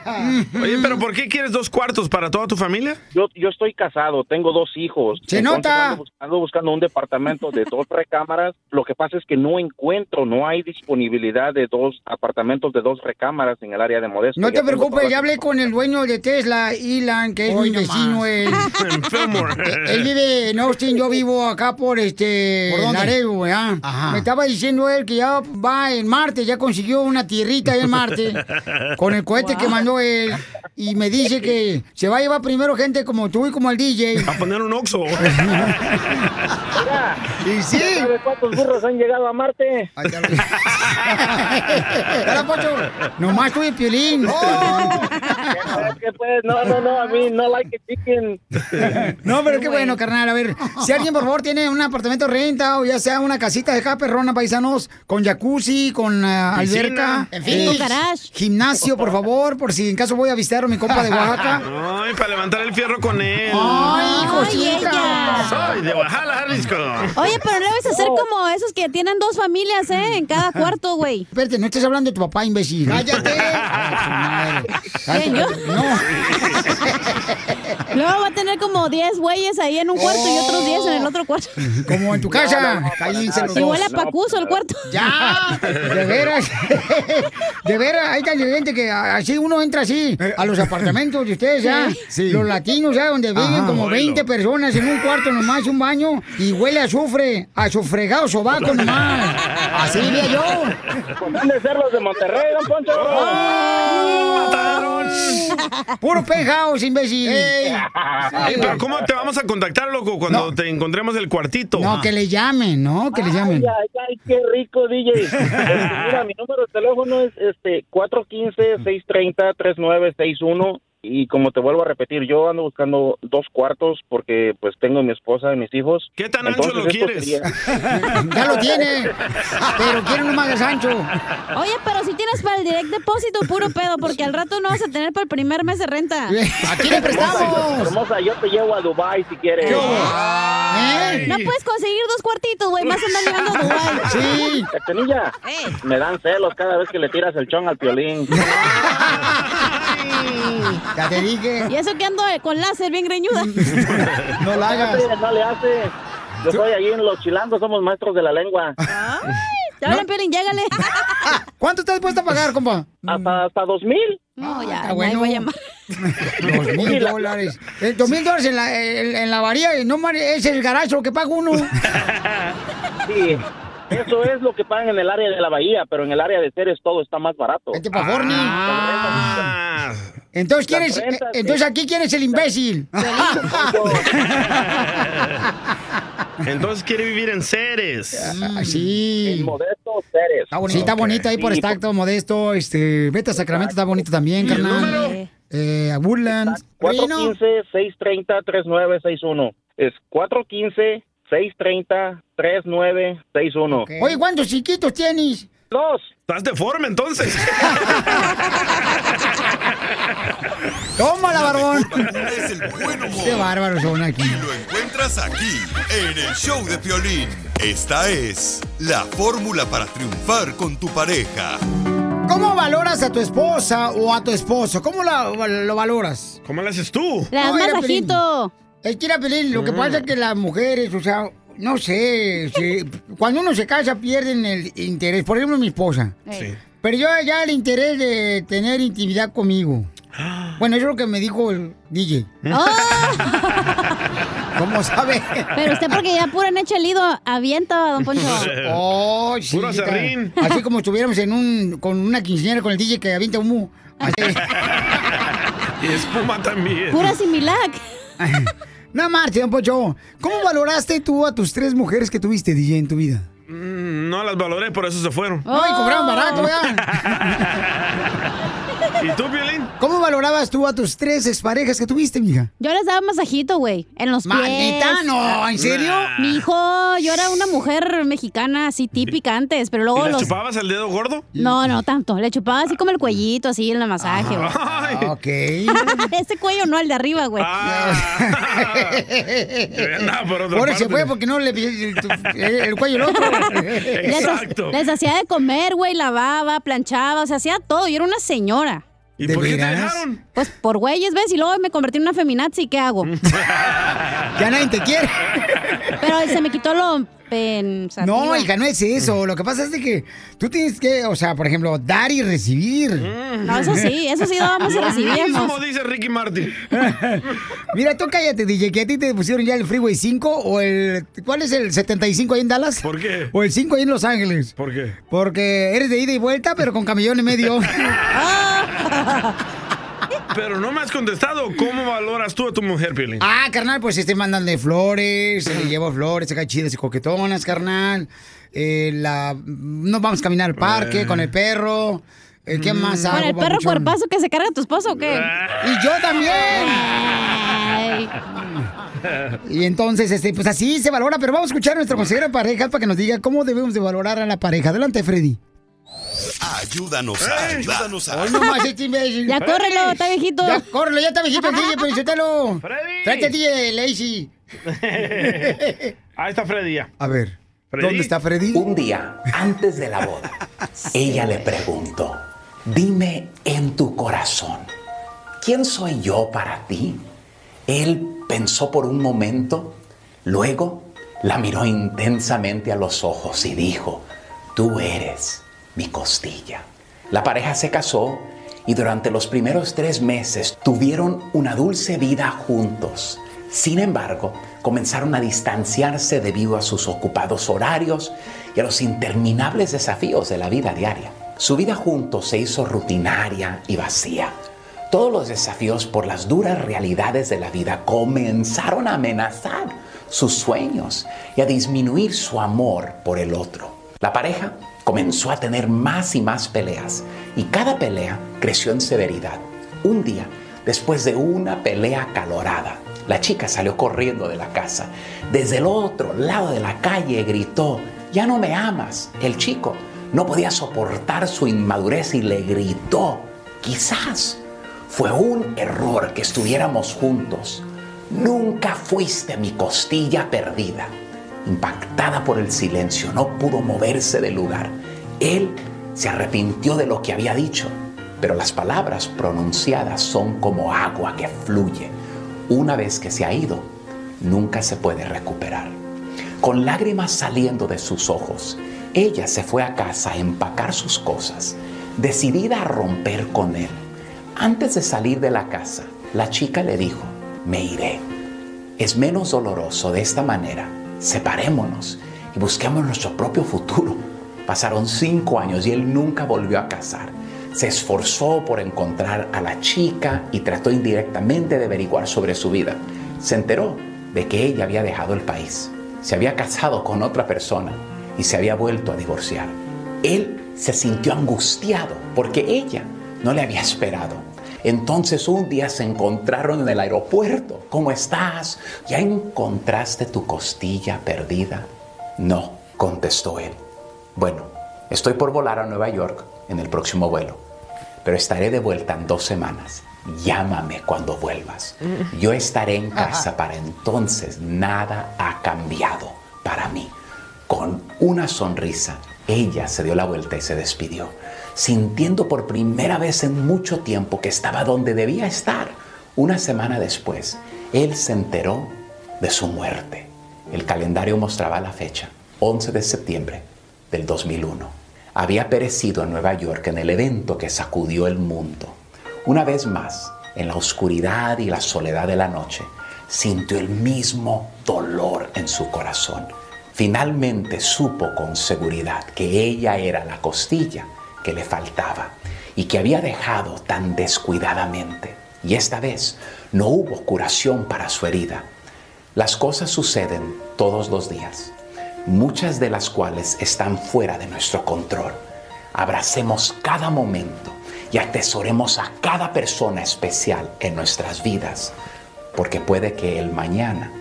S2: Oye, pero ¿por qué quieres dos cuartos para toda tu familia?
S23: Yo, yo estoy casado, tengo dos hijos.
S2: Se
S23: Entonces,
S2: nota.
S23: Ando, bus- ando buscando un departamento de dos recámaras. Lo que pasa es que no encuentro, no hay disponibilidad de dos apartamentos de dos recámaras en el área de Modesto.
S1: No
S23: Ya
S1: te
S23: tengo
S1: preocupes,
S23: todas-
S1: ya hablé con el dueño de Tesla, Elon, que es mi vecino. Él. Él vive en Austin, yo vivo acá por este
S9: ¿Por dónde?
S1: Laredo, ¿verdad?
S9: Ajá.
S1: Me estaba diciendo él que ya va en Marte, ya consiguió una tierrita ahí en Marte con el cohete que mandó él y me dice que se va a llevar primero gente como tú y como el DJ.
S2: A poner un oxo.
S1: y sí.
S23: ¿Sabes cuántos burros han llegado a Marte?
S1: Hola, Pocho. Nomás tú y Piolín.
S23: Es que pues, no, no, no, a mí no like it chicken.
S1: No, pero qué bueno, carnal. A ver, si alguien por favor tiene un apartamento de renta o ya sea una casita de acá perrona, paisanos, con jacuzzi, con ah,
S9: Piscina.
S1: alberca, eh,
S9: En fin, con garage.
S1: gimnasio, por favor, por si en caso voy a visitar a mi compa de Oaxaca.
S2: Ay, para levantar el fierro con él.
S1: Ay,
S4: cosita.
S2: Soy de Oaxaca, Jalisco.
S4: Oye, pero no debes hacer
S1: Oh.
S4: como esos que tienen dos familias, ¿eh? En cada cuarto, güey.
S1: Espérate, no estés hablando de tu papá, imbécil. Cállate.
S4: ¿Quién, yo? Luego va a tener como 10 güeyes ahí en un cuarto y otros 10 en el otro cuarto.
S1: Como en tu casa. Ahí se los
S4: Igual a
S1: dos.
S4: Pacuso el cuarto.
S1: Ya, de veras, de veras, hay tan gente que así uno entra así a los apartamentos de ustedes, ¿ya?
S9: Eh. Sí.
S1: Los latinos, ¿ya? Donde viven
S9: Ajá.
S1: como
S9: Oilo.
S1: 20 personas en un cuarto nomás, un baño, y huele a azufre, a su fregado sobaco nomás. Así vivía yo.
S23: ¿Dónde ser los de Monterrey, don Poncho?
S1: ¡Oh! Puro penthouse, imbécil.
S2: Ey, pero ¿cómo te vamos a contactar, loco, cuando te encontremos el cuartito?
S1: No, que le llamen, ¿no? Que le llamen.
S23: Ay, ay, qué rico, DJ. Este, mira, mi número de teléfono es este 415-630-3961. Y como te vuelvo a repetir, yo ando buscando dos cuartos porque pues tengo a mi esposa y mis hijos.
S2: ¿Qué tan
S23: ancho
S2: lo quieres?
S1: Ya lo tiene, pero quiere uno más de Sancho.
S4: Oye, pero si tienes para el direct depósito, puro pedo, porque al rato no vas a tener para el primer mes de renta.
S1: Aquí le
S23: Hermosa, hermosa, yo te llevo a Dubai si quieres.
S4: ¿Eh? No puedes conseguir dos cuartitos, güey. Más andar llegando a Dubái.
S1: Sí.
S23: Cachanilla, me dan celos cada vez que le tiras el chón al piolín.
S1: Ya te dije. Mm.
S4: Y eso que ando eh, con láser bien greñuda.
S1: No la hagas.
S23: No le haces. Yo soy ahí en los chilangos, somos maestros de la lengua.
S4: Te hablan, Piolín, llégale.
S1: Ah, ¿Cuánto estás dispuesto a pagar, compa?
S23: Hasta, hasta dos mil.
S4: No, ya,
S1: está
S4: ya
S1: Ah, bueno.
S4: voy Ah, a llamar.
S1: Dos mil dólares. Eh, Dos mil dólares en la, en, en la varía, y no mar- es el garaje lo que paga uno.
S23: Sí. Eso es lo que pagan en el área de la bahía, pero en el área de Ceres todo está más barato. Ah.
S1: Vete pa' Forni. Entonces, ¿quién es- eh, entonces aquí quién es el imbécil.
S2: Entonces quiere vivir en Ceres.
S1: Ah, Sí.
S23: Modesto Ceres.
S1: Sí, está bonito ahí por
S2: Sí,
S1: Estacto, modesto. Este, vete a Sacramento, está bonito también,
S23: ¿Y el
S1: carnal. Eh, a Woodlands. Reno.
S23: 415-630-3961. Es 415-630-3961.
S1: Oye, ¿cuántos chiquitos tienes?
S23: Dos.
S2: Estás deforme entonces.
S1: Tómala, varón.
S5: Es el buen humor.
S1: Qué bárbaros son aquí.
S5: Lo encuentras aquí, en el show de Piolín. Esta es la fórmula para triunfar con tu pareja.
S1: ¿Cómo valoras a tu esposa o a tu esposo? ¿Cómo la- lo valoras?
S2: ¿Cómo lo haces tú?
S1: Le das
S4: masajito.
S1: Es que era Pelín, lo que
S2: Mm.
S1: pasa es que las mujeres, o sea, no sé, se- cuando uno se casa pierden el interés. Por ejemplo, mi esposa.
S2: Sí.
S1: Pero yo ya el interés de tener intimidad conmigo. Bueno, eso es lo que me dijo el DJ.
S4: Oh,
S1: ¿Cómo sabe?
S4: Pero usted porque ya puro en hecho el ido, avienta, don Poncho.
S1: Oh, sí,
S4: Puro
S1: está.
S4: aserrín.
S1: Así como estuviéramos en un, con una quinceañera con el DJ que avienta humo.
S2: Y espuma también.
S1: Pura similac. no marche, don Pocho. ¿Cómo valoraste tú a tus tres mujeres que tuviste, DJ, en tu vida?
S9: Oh.
S1: Oh.
S2: Mm, No las valoré, por eso se fueron.
S1: No, y cobraron barato, vean.
S2: ¿Y tú, Violín?
S9: ¿Cómo valorabas tú a tus tres exparejas que tuviste, mija?
S4: Yo les daba masajito, güey, en los pies.
S9: Maldita, no, ¿en serio?
S4: Mi hijo, yo era una mujer mexicana así típica antes, pero luego
S2: ¿Y le
S4: los...
S2: chupabas el dedo gordo?
S4: No, no tanto. Le chupaba así como el cuellito, así en la masaje, güey.
S9: Ah, ok.
S4: Ese cuello no, el de arriba, güey.
S2: Ah. andaba Ah, por otra
S9: Ahora se
S2: parte.
S9: fue porque no le el, el cuello el otro.
S4: Les ha- Les, hacía de comer, güey, lavaba, planchaba, o sea, hacía todo. Yo era una señora.
S2: ¿Y por qué te dejaron?
S4: Pues por güeyes, ¿ves? Y luego me convertí en una feminazi, ¿qué hago?
S9: Ya nadie te quiere.
S4: Pero se me quitó lo pensativo.
S9: No, hija, no es eso. Lo que pasa es de que tú tienes que, o sea, por ejemplo, dar y recibir.
S4: No, eso sí, eso sí dábamos y
S2: Lo
S4: recibíamos.
S2: mismo dice Ricky Martin.
S9: Mira, tú cállate, DJ, que a ti te pusieron ya el Freeway 5 o el... ¿Cuál es el 75 ahí en Dallas? ¿Por
S2: qué?
S9: O el 5 ahí en Los Ángeles.
S2: ¿Por qué?
S9: Porque eres de ida y vuelta, pero con camellón y medio.
S2: Pero no me has contestado cómo valoras tú a tu mujer, Piolín.
S9: Ah, carnal, pues este mandándole flores, le llevo flores acá chidas y coquetonas, carnal. Eh, la, nos vamos a caminar al parque
S4: Eh.
S9: con el perro. Eh, ¿Qué más
S4: Con
S9: hago,
S4: el perro
S9: papuchón?
S4: cuerpazo que se carga tu esposo, ¿o qué?
S9: Y yo también. Y entonces, este, pues así se valora, pero vamos a escuchar a nuestra consejera de pareja para que nos diga cómo debemos de valorar a la pareja. Adelante, Freddy.
S5: Ayúdanos a ayudar.
S9: Ay, no más, este imbécil.
S5: Ya córrelo,
S4: está viejito.
S9: Ya córrelo, ya está viejito el DJ, pero insultalo. Tráete al DJ de Lacey.
S2: Ahí está Freddy ya.
S9: A ver, ¿dónde está Freddy?
S24: Un día, antes de la boda, ella le preguntó, dime en tu corazón, ¿quién soy yo para ti? Él pensó por un momento, luego la miró intensamente a los ojos y dijo, tú eres mi costilla. La pareja se casó y durante los primeros tres meses tuvieron una dulce vida juntos. Sin embargo, comenzaron a distanciarse debido a sus ocupados horarios y a los interminables desafíos de la vida diaria. Su vida juntos se hizo rutinaria y vacía. Todos los desafíos por las duras realidades de la vida comenzaron a amenazar sus sueños y a disminuir su amor por el otro. La pareja comenzó a tener más y más peleas y cada pelea creció en severidad. Un día, después de una pelea acalorada, la chica salió corriendo de la casa. Desde el otro lado de la calle gritó, ya no me amas. El chico no podía soportar su inmadurez y le gritó, quizás fue un error que estuviéramos juntos. Nunca fuiste mi costilla perdida. Impactada por el silencio, no pudo moverse del lugar. Él se arrepintió de lo que había dicho, pero las palabras pronunciadas son como agua que fluye. Una vez que se ha ido, nunca se puede recuperar. Con lágrimas saliendo de sus ojos, ella se fue a casa a empacar sus cosas, decidida a romper con él. Antes de salir de la casa, la chica le dijo, me iré. Es menos doloroso de esta manera. Separémonos y busquemos nuestro propio futuro. Pasaron cinco años y él nunca volvió a casar. Se esforzó por encontrar a la chica y trató indirectamente de averiguar sobre su vida. Se enteró de que ella había dejado el país. Se había casado con otra persona y se había vuelto a divorciar. Él se sintió angustiado porque ella no le había esperado. Entonces un día se encontraron en el aeropuerto. ¿Cómo estás? ¿Ya encontraste tu costilla perdida? No, contestó él. Bueno, estoy por volar a Nueva York en el próximo vuelo, pero estaré de vuelta en dos semanas. Llámame cuando vuelvas. Yo estaré en casa para entonces. Nada ha cambiado para mí. Con una sonrisa, ella se dio la vuelta y se despidió, sintiendo por primera vez en mucho tiempo que estaba donde debía estar. Una semana después, él se enteró de su muerte. El calendario mostraba la fecha, 11 de septiembre del 2001. Había perecido en Nueva York en el evento que sacudió el mundo. Una vez más, en la oscuridad y la soledad de la noche, sintió el mismo dolor en su corazón. Finalmente supo con seguridad que ella era la costilla que le faltaba y que había dejado tan descuidadamente. Y esta vez no hubo curación para su herida. Las cosas suceden todos los días, muchas de las cuales están fuera de nuestro control. Abracemos cada momento y atesoremos a cada persona especial en nuestras vidas, porque puede que el mañana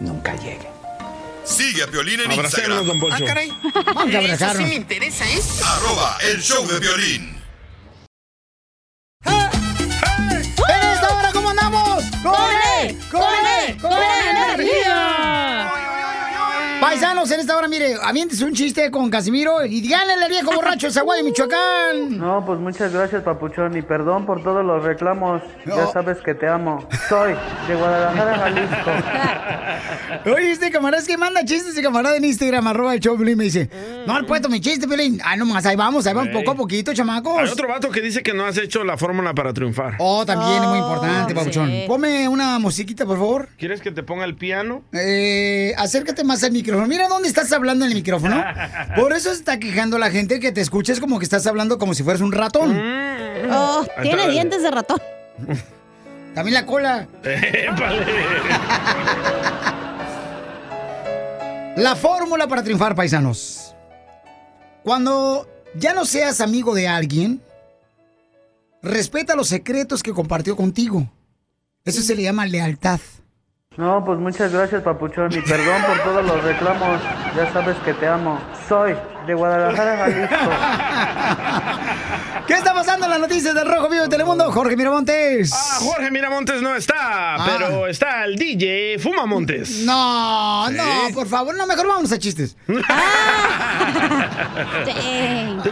S24: nunca llegue.
S5: Sigue a Piolín en
S24: Abracémonos,
S5: Instagram.
S24: don Poncho. Ah, caray.
S5: Vamos
S8: Eso
S5: a
S8: sí
S5: abrazarnos.
S8: me interesa, ¿eh?
S5: Arroba el show de violín.
S1: ¡En esta hora cómo andamos! ¡Con él! ¡Con
S9: E!
S1: él! ¡Con energía! Paisanos, en esta hora, mire, aviéntese un chiste con Casimiro y díganle al viejo borracho de Zaguay, Michoacán.
S10: No, pues muchas gracias, Papuchón, y perdón por todos los reclamos. Ya sabes que te amo. Soy de Guadalajara, Jalisco.
S1: Oye, este camarada es que manda chistes y camarada en Instagram, arroba el show, Piolín, me dice, no han puesto mi chiste, Piolín. Ah, nomás, ahí vamos, ahí vamos,
S2: Ey.
S1: poco a poquito,
S2: Hay
S1: chamacos.
S2: otro vato que dice que no has hecho la fórmula para triunfar.
S1: pues. Oh, también es muy importante,
S2: Ah, sí.
S1: Pabuchón. Ponme una musiquita, por favor.
S2: ¿Quieres que te ponga el piano?
S1: Eh, acércate más al micrófono. Mira dónde estás hablando en el micrófono. Por eso se está quejando la gente que te escuches como que estás hablando como si fueras un ratón.
S2: Mm.
S4: Oh, tiene dientes de ratón.
S1: También la cola. La fórmula para triunfar, paisanos. Cuando ya no seas amigo de alguien, respeta los secretos que compartió contigo. Eso se le llama lealtad.
S10: No, pues muchas gracias, Papuchón, y perdón por todos los reclamos. Ya sabes que te amo. Soy de Guadalajara, Jalisco.
S1: ¿Qué está pasando en las noticias del Rojo Vivo de Telemundo? Jorge Miramontes.
S2: Ah, Jorge Miramontes no está,
S1: Ah.
S2: pero está el DJ Fumamontes.
S1: No,
S2: ¿Sí?
S1: no, por favor, no, mejor vamos a chistes.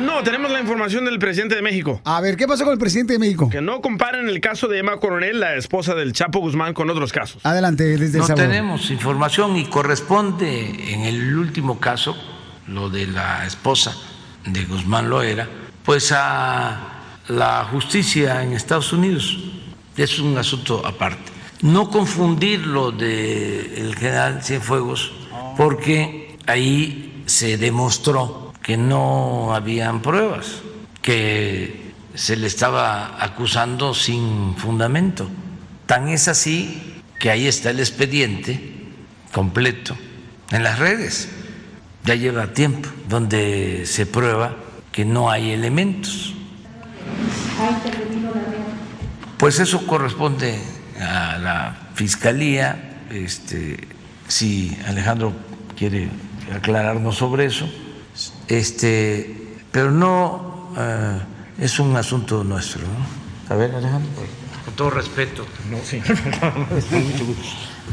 S2: No, tenemos la información del presidente de México.
S1: A ver, ¿qué pasó con el presidente de México?
S2: Que no comparen el caso de Emma Coronel, la esposa del Chapo Guzmán, con otros casos.
S1: Adelante, desde el
S25: No
S1: sabor.
S25: tenemos información y corresponde en el último caso, lo de la esposa de Guzmán Loera, pues a la justicia en Estados Unidos. Es un asunto aparte. No confundir lo del el general Cienfuegos, porque ahí se demostró que no habían pruebas, que se le estaba acusando sin fundamento. Tan es así que ahí está el expediente completo en las redes. Ya lleva tiempo donde se prueba que no hay elementos. Pues eso corresponde a la fiscalía. Este, si Alejandro quiere aclararnos sobre eso, este, pero no eh, es un asunto nuestro. ¿no? A ver, Alejandro. Con todo respeto. No, sí.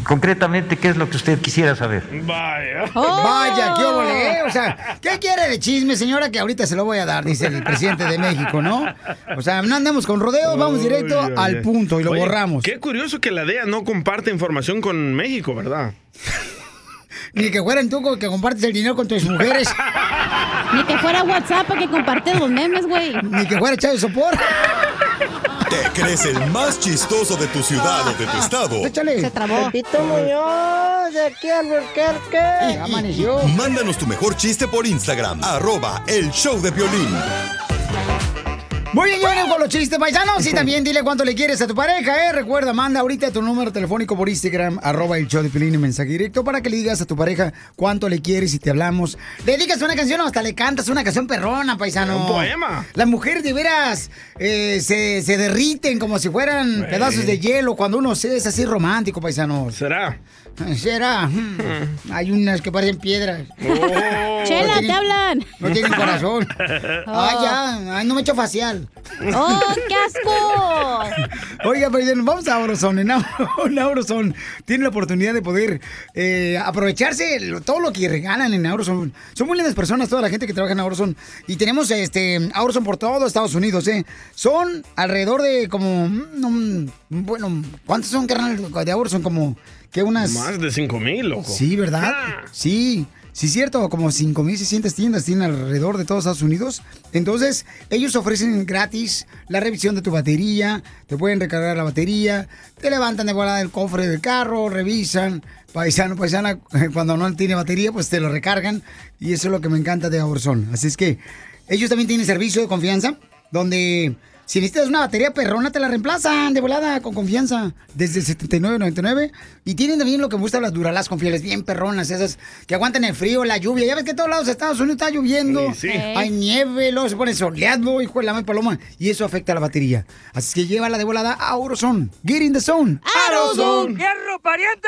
S25: Concretamente, ¿qué es lo que usted quisiera saber?
S2: Vaya.
S1: Vaya,
S4: Oh.
S1: qué ole, ¿eh? O sea, ¿qué quiere de chisme, señora? Que ahorita se lo voy a dar, dice el presidente de México, ¿no? O sea, no andemos con rodeos, vamos directo
S2: Ay, ay,
S1: al
S2: ay.
S1: punto y lo
S2: Oye,
S1: borramos.
S2: Qué curioso que la DEA no comparte información con México, ¿verdad?
S1: Ni que fueran tú que compartes el dinero con tus mujeres.
S4: Ni que fuera WhatsApp para que compartes los memes, güey.
S1: Ni que fuera Chávez Sopor.
S5: ¿Te crees el más chistoso de tu ciudad o de tu estado?
S1: Se
S5: trabó.
S26: Pepito Muñoz, de aquí al Burquerque.
S1: Amaneció.
S5: Mándanos tu mejor chiste por Instagram. Arroba el show de violín.
S1: Muy bien, yo vengo con los chistes paisanos y también dile cuánto le quieres a tu pareja, ¿eh? Recuerda, manda ahorita tu número telefónico por Instagram, arroba el show de Piolín, en mensaje directo para que le digas a tu pareja cuánto le quieres y te hablamos. Dedicas una canción o hasta le cantas una canción perrona, paisano.
S2: Un poema.
S1: Las mujeres de veras eh, se, se derriten como si fueran pedazos de hielo cuando uno se es así romántico, paisano.
S2: ¿Será?
S1: ¿Será? Hmm. Hay unas que parecen piedras.
S2: Oh.
S4: Chela,
S1: tienen-
S4: te hablan.
S1: No tienen corazón. Ay, Ah, ya. Ay, no me echo facial.
S4: ¡Oh, qué asco!
S1: Oiga, pero ya nos vamos a Auroson. En Auro- en Auroson tiene la oportunidad de poder eh, aprovecharse lo- todo lo que regalan en Auroson. Son muy lindas personas toda la gente que trabaja en Auroson. Y tenemos este Auroson por todo Estados Unidos, ¿eh? Son alrededor de como... mm, mm, bueno, ¿cuántos son, carnal, de Auroson? Como que unas...
S2: Más de 5 mil, loco.
S1: Sí, ¿verdad? Sí, sí, cierto. Como 5.600 tiendas tienen alrededor de todos Estados Unidos. Entonces, ellos ofrecen gratis la revisión de tu batería. Te pueden recargar la batería. Te levantan de volada el cofre del carro. Revisan. Paisano, paisana, cuando no tiene batería, pues te lo recargan. Y eso es lo que me encanta de Aurzón. Así es que ellos también tienen servicio de confianza. Donde
S9: Si necesitas una batería perrona, te la reemplazan de volada, con confianza. Desde 79.99. Y tienen también lo que me gusta las duralas confiables, bien perronas, esas que aguantan el frío, la lluvia. Ya ves que en todos lados de Estados Unidos está lloviendo.
S1: Sí, sí.
S9: Hay nieve, luego se pone soleado, hijo de la madre paloma. Y eso afecta a la batería. Así que llévala de volada a Auroson. Get in the zone.
S8: ¡Hierro, pariente!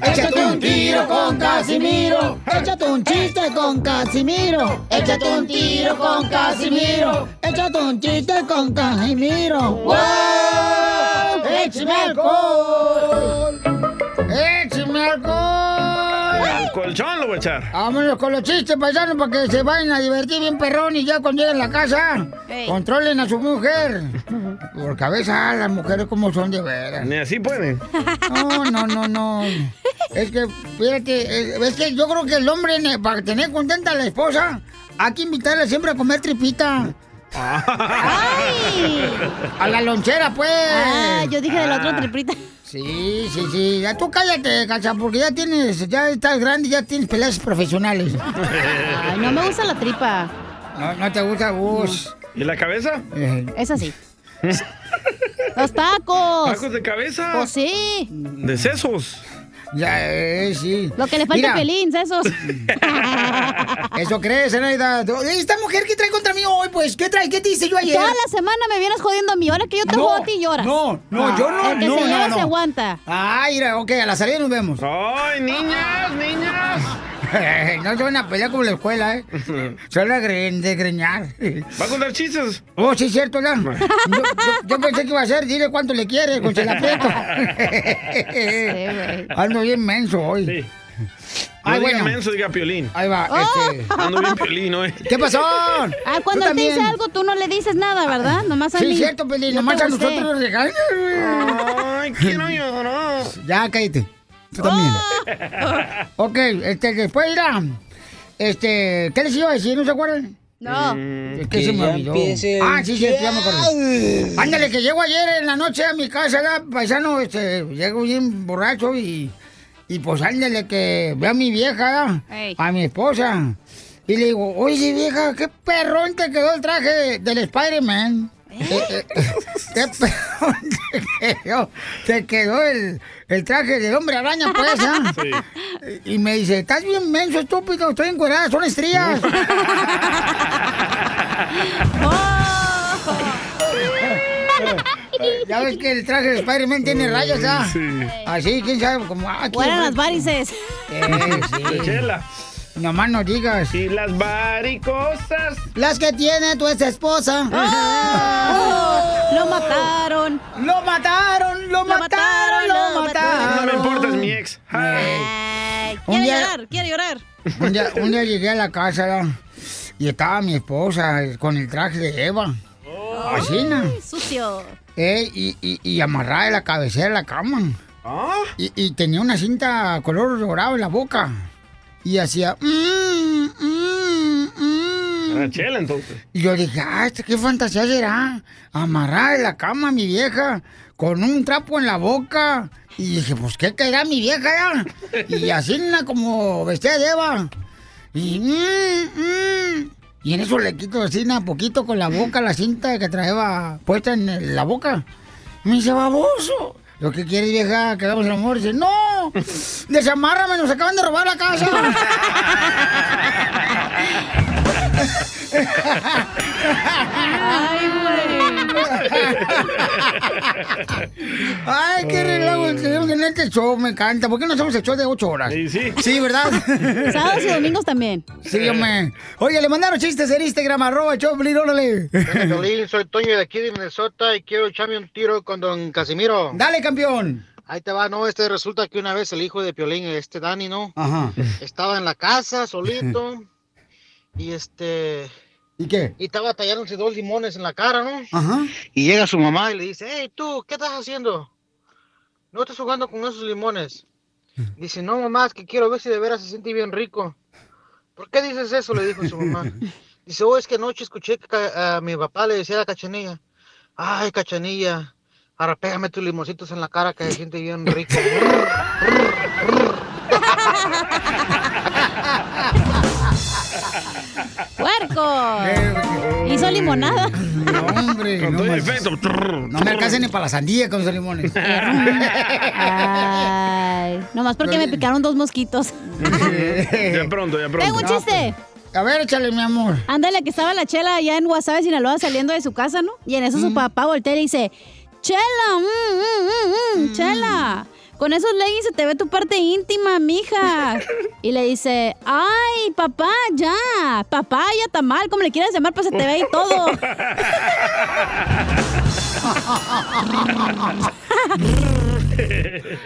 S1: Échate un tiro con Casimiro. Échate un chiste con Casimiro. Échate un tiro con Casimiro. Échate un chiste con Casimiro. ¡Wow! ¡Échame alcohol! ¡Échame alcohol!
S2: Al colchón lo voy a echar.
S1: Vámonos con los chistes paisanos para que se vayan a divertir bien perrón y ya cuando lleguen a la casa
S9: Ey.
S1: controlen a su mujer. Por cabeza, las mujeres como son de veras.
S2: Ni así pueden.
S1: No, no, no, no. Es que, fíjate, es- es que yo creo que el hombre, ne- para tener contenta a la esposa, hay que invitarla siempre a comer tripita.
S8: ¡Ay!
S1: A la lonchera, pues.
S8: Ah, yo dije de la otra
S1: tripita. Sí, sí, sí. Ya tú cállate, cacha, porque ya tienes, ya estás grande y ya tienes peleas profesionales.
S4: Ay, no me gusta la tripa.
S1: No, no te gusta vos.
S2: ¿Y la cabeza?
S1: Eh.
S4: Es así. Los tacos.
S2: ¿Tacos de cabeza?
S4: Pues sí.
S2: De sesos.
S1: Ya, eh, sí.
S4: Lo que le falta
S1: Mira.
S4: es pelín, esos.
S1: Eso crees, Zenaida. Esta mujer que trae contra mí hoy, pues, ¿qué trae? ¿Qué te hice yo ayer?
S4: Toda la semana me vienes jodiendo a mí. Ahora que yo te
S1: No,
S4: jodo a ti lloras.
S1: no, no, yo no,
S4: El que
S1: no,
S4: se
S1: no,
S4: lleva
S1: no.
S4: se aguanta.
S1: Ay, mira, ok, a la salida nos vemos.
S2: ¡Ay, niñas, niñas!
S1: no se van a pelear como en la escuela, ¿eh? Se van a gre- desgreñar.
S2: ¿Va a contar chistes?
S1: Oh, sí, cierto, ya. Yo, yo- yo pensé que iba a ser, dile cuánto le quieres, con chelaprieto. Eh. Ando bien menso hoy.
S2: No
S1: Ay,
S2: diga
S1: Ah, bueno.
S2: menso, diga piolín.
S1: Ahí va, este.
S2: Ando bien piolín hoy.
S1: ¿Qué pasó?
S4: Ah, cuando
S1: Tú
S4: él te dice
S1: también.
S4: algo, tú no le dices nada, ¿verdad? Nomás a
S1: Sí,
S4: mí.
S1: cierto, Pelín,
S4: Yo
S1: nomás
S4: te
S1: a
S4: gusté. Eh,
S1: nosotros nos regañas.
S2: Ay, quiero llorar.
S1: Ya, cállate. Tú también. Ok, este, después irá. Este, ¿qué les iba a decir? ¿No se acuerdan?
S4: No.
S1: Es que se me olvidó. Ah, sí, sí, ya me acordé. Ándale, que llego ayer en la noche a mi casa, ya, paisano, este, llego bien borracho y, y pues ándale que veo a mi vieja, ya,
S8: Ey.
S1: a mi esposa. Y le digo, oye vieja, qué perrón te quedó el traje del Spider-Man. Eh, eh, qué perrón te quedó, te quedó el, el traje del hombre araña, pues, ¿ah? Y me dice, estás bien menso, estúpido, estoy encuerada, son estrías. Ya ves que el traje de Spider-Man tiene rayas, ¿ah? Así, quién Eh, sabe, como... Ah,
S4: Fueran las
S1: varices.
S2: De chela.
S1: Nomás no digas.
S2: Y las varicosas.
S1: Las que tiene tu ex esposa.
S4: Lo mataron.
S1: Lo mataron, ¡Oh! lo, mataron, lo mataron.
S2: No me importa, es mi ex.
S1: Un
S4: Quiere
S1: día-
S4: llorar, quiere llorar.
S1: Un día, un día llegué a la casa ya, y estaba mi esposa eh, con el traje de Eva.
S2: Oh.
S1: Así, ¿no?
S4: Ay, Sucio.
S1: Eh, y, y, y amarrada de la cabecera de la cama.
S2: Ah.
S1: Y, y tenía una cinta color dorado en la boca. Y hacía... "Mm, mm, mm".
S2: Era chela, entonces.
S1: Y yo dije, ah, ¿esta qué fantasía será. Amarrada en la cama, mi vieja, con un trapo en la boca. Y dije, pues, ¿qué querá mi vieja ya? Y así, na, como vestida de Eva. Y, mm, mm. Y en eso le quito así, na, poquito con la boca la cinta que traía puesta en el- la boca. Me dice, baboso. Lo que quiere vieja, que hagamos el amor. Dice, no, desamárrame, nos acaban de robar la casa.
S8: Ay,
S1: Ay, qué relajo que tenemos en este show, me encanta. ¿Por qué no hacemos el show de 8 horas? Sí,
S2: sí.
S1: Sí, ¿verdad?
S4: Sábados y domingos también.
S1: Sí, hombre. Oye, le mandaron chistes en Instagram, arroba el show, de Piolín, órale.
S12: Piolín, soy Toño de aquí de Minnesota y quiero echarme un tiro con don Casimiro.
S1: Dale, campeón.
S12: Ahí te va, no, este resulta que una vez el hijo de Piolín, este Dani, ¿no?
S1: Ajá.
S12: Estaba en la casa solito y este...
S1: ¿Y qué?
S12: Y estaba tallándose dos limones en la cara, ¿no?
S1: Ajá.
S12: Y llega su mamá y le dice, hey, tú, ¿qué estás haciendo? ¿No estás jugando con esos limones?
S17: Mm.
S12: Dice, no, mamá, es que quiero ver si de veras se siente bien rico. ¿Por qué dices eso? Le dijo su mamá. Dice, oh, es que anoche escuché que ca- a mi papá le decía a Cachanilla, ay, Cachanilla, ahora pégame tus limoncitos en la cara que se siente bien rico.
S4: Puerco. Hizo limonada.
S1: No,
S9: hombre.
S2: Con
S9: no
S2: todo el
S9: marches.
S2: efecto.
S9: No me alcancen ni para la sandía con esos limones.
S4: Ay, nomás porque me picaron dos mosquitos.
S2: ya pronto, ya pronto.
S4: Tengo un chiste.
S1: pues, A ver, échale, mi amor.
S4: Ándale, que estaba la chela allá en Guasave, Sinaloa, saliendo de su casa, ¿no? Y en eso
S1: Mm.
S4: su papá voltea y le dice: Chela, mm, mm, mm, mm, chela, con esos leggings se te ve tu parte íntima, mija. y le dice: Ay, papá, ya, papá, ya está mal, como le quieras llamar, pues se te ve ahí todo.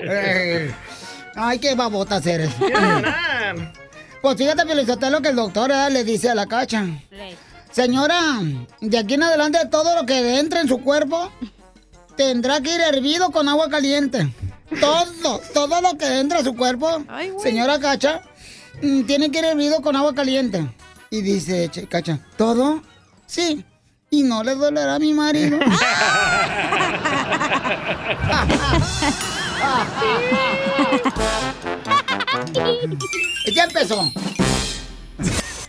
S1: Eh, Ay, qué babotas eres.
S8: Ah.
S1: Pues fíjate, Felizotelo, que el doctor ¿verdad? le dice a la cacha. Señora, de aquí en adelante todo lo que entre en su cuerpo tendrá que ir hervido con agua caliente. Todo, todo lo que entra a su cuerpo, señora Cacha, mm, tiene que ir hervido con agua caliente. Y dice Che- Cacha, ¿todo? Sí. Y no le dolerá a mi marido. ya empezó.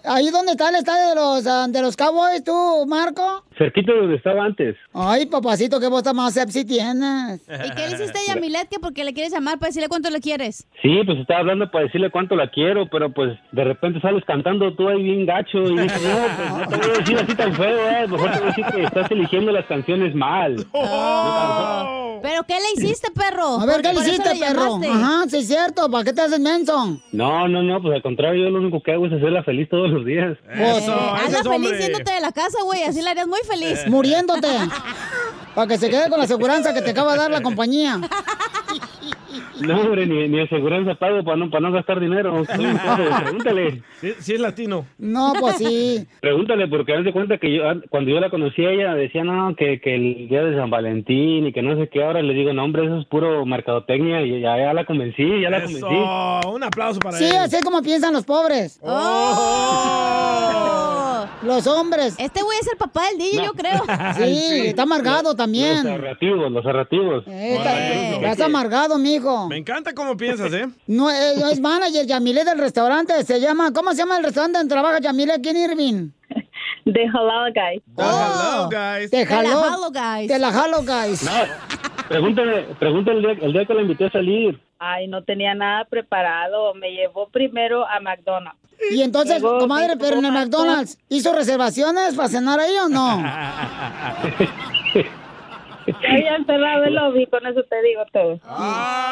S1: Ahí donde está el estadio de los, ah, de los Cowboys, tú, Marco.
S16: Cerquita de donde estaba antes.
S1: Ay, papacito, qué voz tan más sepsi tienes.
S4: ¿Y qué le hiciste a Yamilet que porque le quieres llamar para decirle cuánto le quieres?
S16: Sí, pues estaba hablando para decirle cuánto la quiero, pero pues de repente sales cantando tú ahí bien gacho y dije, no, pues no te voy a decir así tan feo, ¿eh? mejor te voy a decir que estás eligiendo las canciones mal.
S1: Oh.
S4: ¿Pero qué le hiciste, perro?
S1: A ver, ¿qué le
S4: Por eso
S1: hiciste, perro?
S4: llamaste.
S1: Ajá, sí es cierto, ¿para qué te haces menso?
S16: No, no, no, pues al contrario, yo lo único que hago es hacerla feliz todos los días.
S4: Eh, Anda feliz yéndote de la casa, güey. Así la harías muy feliz.
S1: Muriéndote. Para que se quede con la aseguranza que te acaba de dar la compañía.
S16: No, hombre, ni, ni aseguranza pago para no, para no gastar dinero. Sí, entonces, Pregúntale.
S2: Sí, sí es latino.
S1: No, pues sí.
S16: Pregúntale, porque haz de cuenta que yo, cuando yo la conocí a ella, decía, no, que, que el día de San Valentín y que no sé qué. Ahora le digo, no, hombre, eso es puro mercadotecnia y ya, ya la convencí, ya la
S2: Eso,
S16: convencí.
S2: Oh, un aplauso para
S1: Sí,
S2: él.
S1: así es como piensan los pobres.
S4: Oh,
S1: Los hombres.
S4: Este güey es el papá del DJ, yo creo.
S1: Sí, está amargado
S16: Los
S1: también.
S16: narrativos, los narrativos.
S1: Eh, está- Estás amargado, mijo.
S2: Me encanta cómo piensas, ¿eh?
S1: No, eh, no es manager Yamile del restaurante. Se llama, ¿cómo se llama el restaurante donde trabaja Yamile aquí en Irving? Oh,
S14: The Halal Guy.
S2: The Halal Guys.
S1: Te
S14: The
S1: jaló.
S14: Halal Guys.
S1: Te la jalo, guys.
S16: No, pregúntale, pregúntale el día, el día que la invité a salir.
S14: Ay, no tenía nada preparado. Me llevó primero a McDonald's.
S1: Y entonces,
S14: Llegó,
S1: comadre,
S14: me
S1: pero en el
S14: tomó
S1: McDonald's, ¿hizo reservaciones para cenar ahí o no?
S14: Ella encerrado el lobby, con eso te digo todo.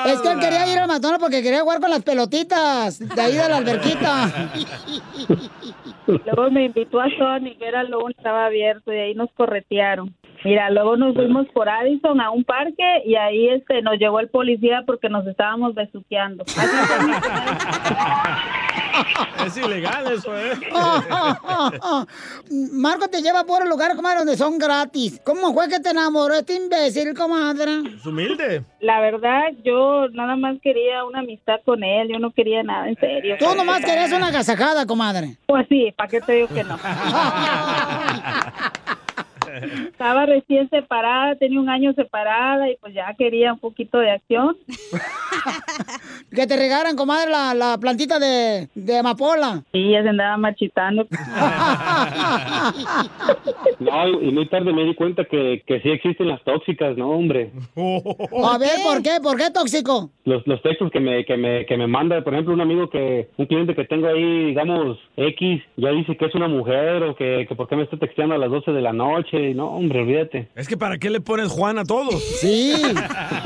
S1: Es que él quería ir al McDonald's porque quería jugar con las pelotitas de ahí de la alberquita.
S14: Luego me invitó a Sony, que era lo único que estaba abierto, y ahí nos corretearon. Mira, luego nos fuimos por Addison a un parque y ahí este nos llegó el policía porque nos estábamos besuqueando.
S2: Es ilegal eso, ¿eh?
S1: Oh, Marco te lleva por el lugar, comadre, donde son gratis. ¿Cómo fue que te enamoró este imbécil, comadre?
S2: Es humilde.
S14: La verdad, yo nada más quería una amistad con él, yo no quería nada, en serio.
S1: Tú nomás querías una agasajada, comadre.
S14: Pues sí, ¿para qué te digo que no? Estaba recién separada, tenía un año separada y pues ya quería un poquito de acción.
S1: que te regaran, comadre, la, la plantita de, de amapola.
S14: Sí, ya se andaba marchitando.
S16: No, y muy tarde me di cuenta que, que sí existen las tóxicas, ¿no, hombre?
S1: A ver, ¿por qué? ¿Por qué tóxico?
S16: Los, los textos que me, que, me, que me manda, por ejemplo, un amigo que, un cliente que tengo ahí, digamos, X, ya dice que es una mujer o que, que por qué me está texteando a las 12 de la noche. No, hombre, olvídate.
S2: Es que ¿para qué le pones Juan a todos?
S1: Sí.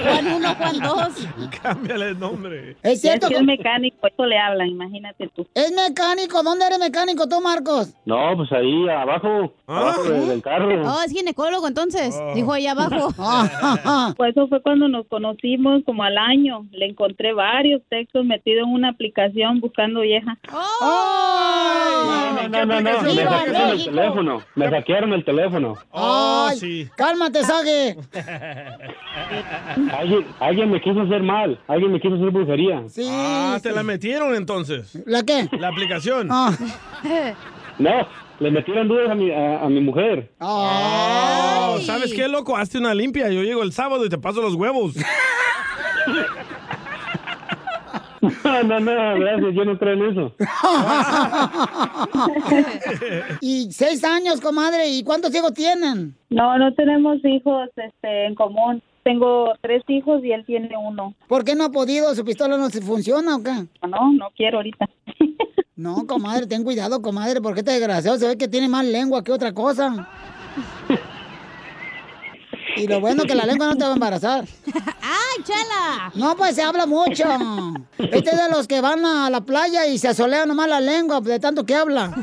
S2: Juan
S14: 1, Juan 2.
S2: Cámbiale el nombre.
S1: Es cierto.
S14: Es que es mecánico, eso le hablan, imagínate tú.
S1: Es mecánico. ¿Dónde eres mecánico tú, Marcos?
S16: No, pues ahí abajo, abajo de- del carro.
S4: Oh, es ginecólogo entonces. Dijo ahí abajo.
S1: Ah.
S14: Pues eso fue cuando nos conocimos como al año. Le encontré varios textos metidos en una aplicación buscando vieja.
S16: No, no, no, no, me hackearon el teléfono. Me hackearon el teléfono. Oh,
S1: Ay, cálmate, Sage.
S16: Alguien, alguien me quiso hacer mal. Alguien me quiso hacer brujería.
S2: Ah, te la metieron entonces.
S1: ¿La qué? Ah.
S2: La aplicación.
S16: No, le metieron dudas a mi, a, a mi mujer.
S1: Ah.
S2: Oh, ¿Sabes qué, loco? Hazte una limpia. Yo llego el sábado y te paso los huevos.
S16: No, no, no, gracias, yo no creo en eso.
S9: Oh.
S1: y seis años, comadre. ¿Y cuántos hijos tienen?
S14: No, no tenemos hijos este, en común. Tengo tres hijos y él tiene uno.
S1: ¿Por qué no ha podido? ¿Su pistola no se funciona o qué?
S14: No, no quiero ahorita.
S1: No, comadre, ten cuidado, comadre, porque este desgraciado se ve que tiene más lengua que otra cosa. Y lo bueno que la lengua no te va a embarazar.
S4: ¡Ay, chala!
S1: No, pues se habla mucho. Este es de los que van a la playa y se asolea nomás la lengua de tanto que habla.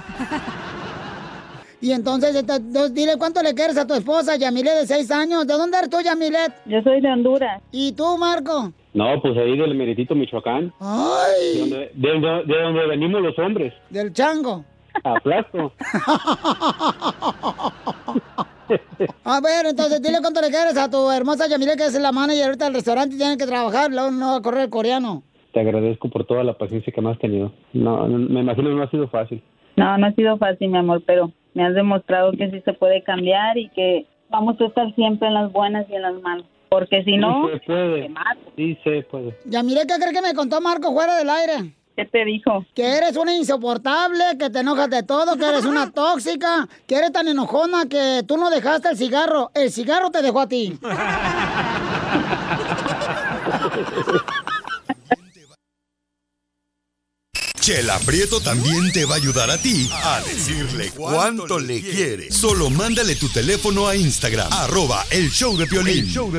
S1: Y entonces, esta- dos- dile cuánto le quieres a tu esposa, Yamilet, de seis años. ¿De dónde eres tú, Yamilet?
S14: Yo soy de Honduras.
S1: ¿Y tú, Marco?
S16: No, pues ahí del meritito Michoacán.
S1: ¡Ay!
S16: De donde, de donde- de donde venimos los hombres.
S1: Del chango.
S16: Aplasto.
S1: A ver, entonces dile cuánto le quieres a tu hermosa Yamilet, que es la manager ahorita del restaurante y tiene que trabajar, luego no va a correr el coreano.
S16: Te agradezco por toda la paciencia que me has tenido. No, no, me imagino que no ha sido fácil.
S14: No, no ha sido fácil, mi amor, pero me has demostrado que sí se puede cambiar y que vamos a estar siempre en las buenas y en las malas. Porque si no,
S16: Sí se puede. Sí se puede.
S1: Yamilet, ¿qué crees que me contó Marco fuera del aire?
S14: ¿Qué te dijo?
S1: Que eres una insoportable, que te enojas de todo, que eres una tóxica, que eres tan enojona que tú no dejaste el cigarro, el cigarro te dejó a ti.
S5: Chela Prieto también te va a ayudar a ti a decirle cuánto le quiere. Solo mándale tu teléfono a Instagram, arroba el show de Piolín.
S17: El
S5: show de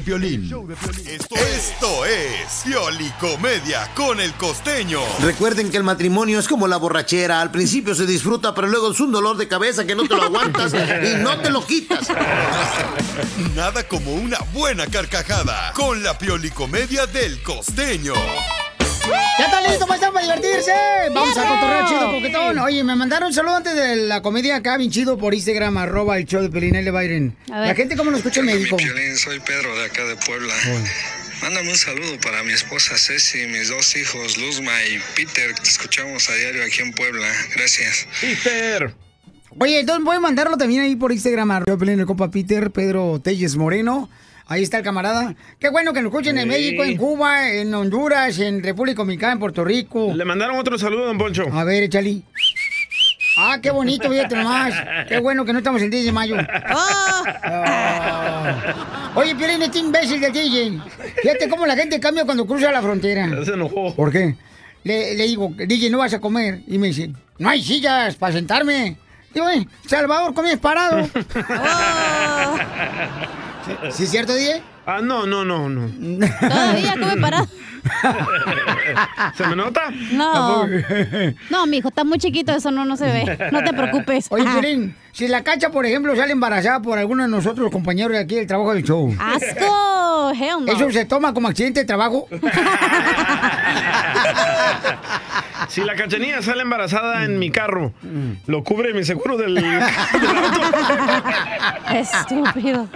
S5: Esto es Pioli Comedia con el costeño.
S17: Recuerden que el matrimonio es como la borrachera. Al principio se disfruta, pero luego es un dolor de cabeza que no te lo aguantas y no te lo quitas.
S5: Nada como una buena carcajada con la Pioli Comedia del costeño.
S1: ¿Ya está listo, paisano, para divertirse? Vamos a
S5: ¡Fierro!
S1: cotorrear chido, coquetón. Oye, me mandaron un saludo antes de la comedia acá, bien chido, por Instagram, arroba el show de Pelín, ahí le va Irene.
S3: ver.
S1: La gente, ¿cómo lo escucha en México?
S3: Piolín, soy Pedro de acá de Puebla. Mándame un saludo para mi esposa Ceci, mis dos hijos Luzma y Peter. Te escuchamos a diario aquí en Puebla. Gracias.
S2: Peter.
S1: Oye, entonces voy a mandarlo también ahí por Instagram, arroba Pelín, el compa Peter, Pedro Telles Moreno. Ahí está el camarada. Qué bueno que lo escuchen en
S2: Sí.
S1: México, en Cuba, en Honduras, en República Dominicana, en Puerto Rico.
S2: Le mandaron otro saludo, don Poncho.
S1: A ver, échale. Ah, qué bonito, fíjate nomás. Qué bueno que no estamos el 10 de mayo. Ah. Oye, Piolín, este imbécil del DJ. Fíjate cómo la gente cambia cuando cruza la frontera.
S2: Se enojó.
S1: ¿Por qué? Le, le digo, DJ, no vas a comer. Y me dice, no hay sillas para sentarme. Digo, "Eh, Salvador, comes parado. ¿Sí es cierto, DJ?
S2: Ah, no, no, no, no.
S4: Todavía come parado.
S2: ¿Se me nota?
S4: No. No, mijo, está muy chiquito, eso no, no se ve. No te preocupes.
S1: Oye, Piolín, si la cacha, por ejemplo, sale embarazada por alguno de nosotros, los compañeros de aquí del trabajo del show.
S4: ¡Asco! Hell Ah, no.
S1: ¿Eso se toma como accidente de trabajo?
S2: Si la cachanilla sale embarazada en mi carro, lo cubre mi seguro del.
S4: Estúpido.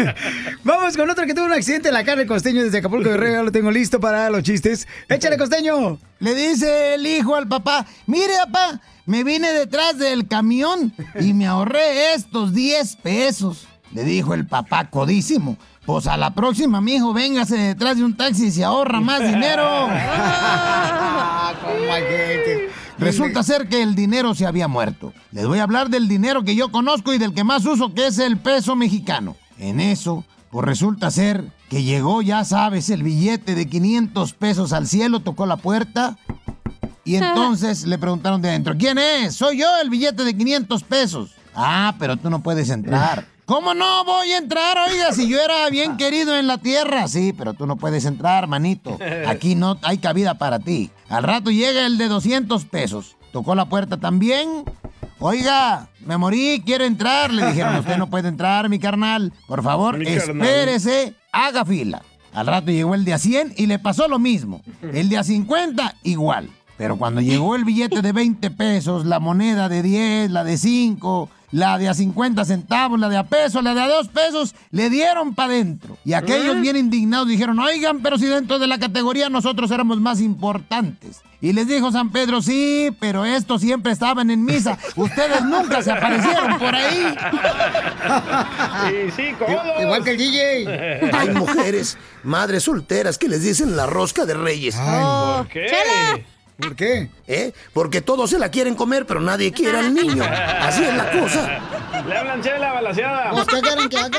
S1: Vamos con otro que tuvo un accidente en la carne costeño desde Acapulco Guerrero. Ya lo tengo listo para los chistes. Échale, costeño.
S18: Le dice el hijo al papá, mire papá, me vine detrás del camión y me ahorré estos 10 pesos. Le dijo el papá codísimo.
S3: Pues a la próxima, mijo, véngase detrás de un taxi y se ahorra más dinero. Resulta ser que el dinero se había muerto. Les voy a hablar del dinero que yo conozco y del que más uso, que es el peso mexicano. En eso, pues resulta ser que llegó, ya sabes, el billete de 500 pesos al cielo, tocó la puerta. Y entonces le preguntaron de adentro, ¿quién es? Soy yo el billete de 500 pesos. Ah, pero tú no puedes entrar. ¿Cómo no voy a entrar? Oiga, si yo era bien querido en la tierra. Sí, pero tú no puedes entrar, manito. Aquí no hay cabida para ti. Al rato llega el de 200 pesos. Tocó la puerta también. Oiga, me morí, quiero entrar. Le dijeron, usted no puede entrar, mi carnal. Por favor,
S17: Mi carnal.
S3: espérese, haga fila. Al rato llegó el de a 100 y le pasó lo mismo. El de a 50, igual. Pero cuando llegó el billete de 20 pesos, la moneda de 10, la de 5, la de a 50 centavos, la de a peso, la de a 2 pesos, le dieron para adentro. Y aquellos
S17: ¿Eh?
S3: bien indignados dijeron, oigan, pero si dentro de la categoría nosotros éramos más importantes. Y les dijo San Pedro, sí, pero estos siempre estaban en misa. Ustedes nunca se aparecieron por ahí.
S2: Y sí,
S3: Igual que el
S27: DJ. Hay mujeres, madres solteras, que les dicen la rosca de reyes.
S17: Ay, ¿por qué? ¡Chela!
S27: ¿Por qué? ¿Eh? Porque todos se la quieren comer, pero nadie quiere al niño. Así es la cosa.
S2: Le hablan chela, balaseada.
S3: Pues, ¿qué quieren que haga?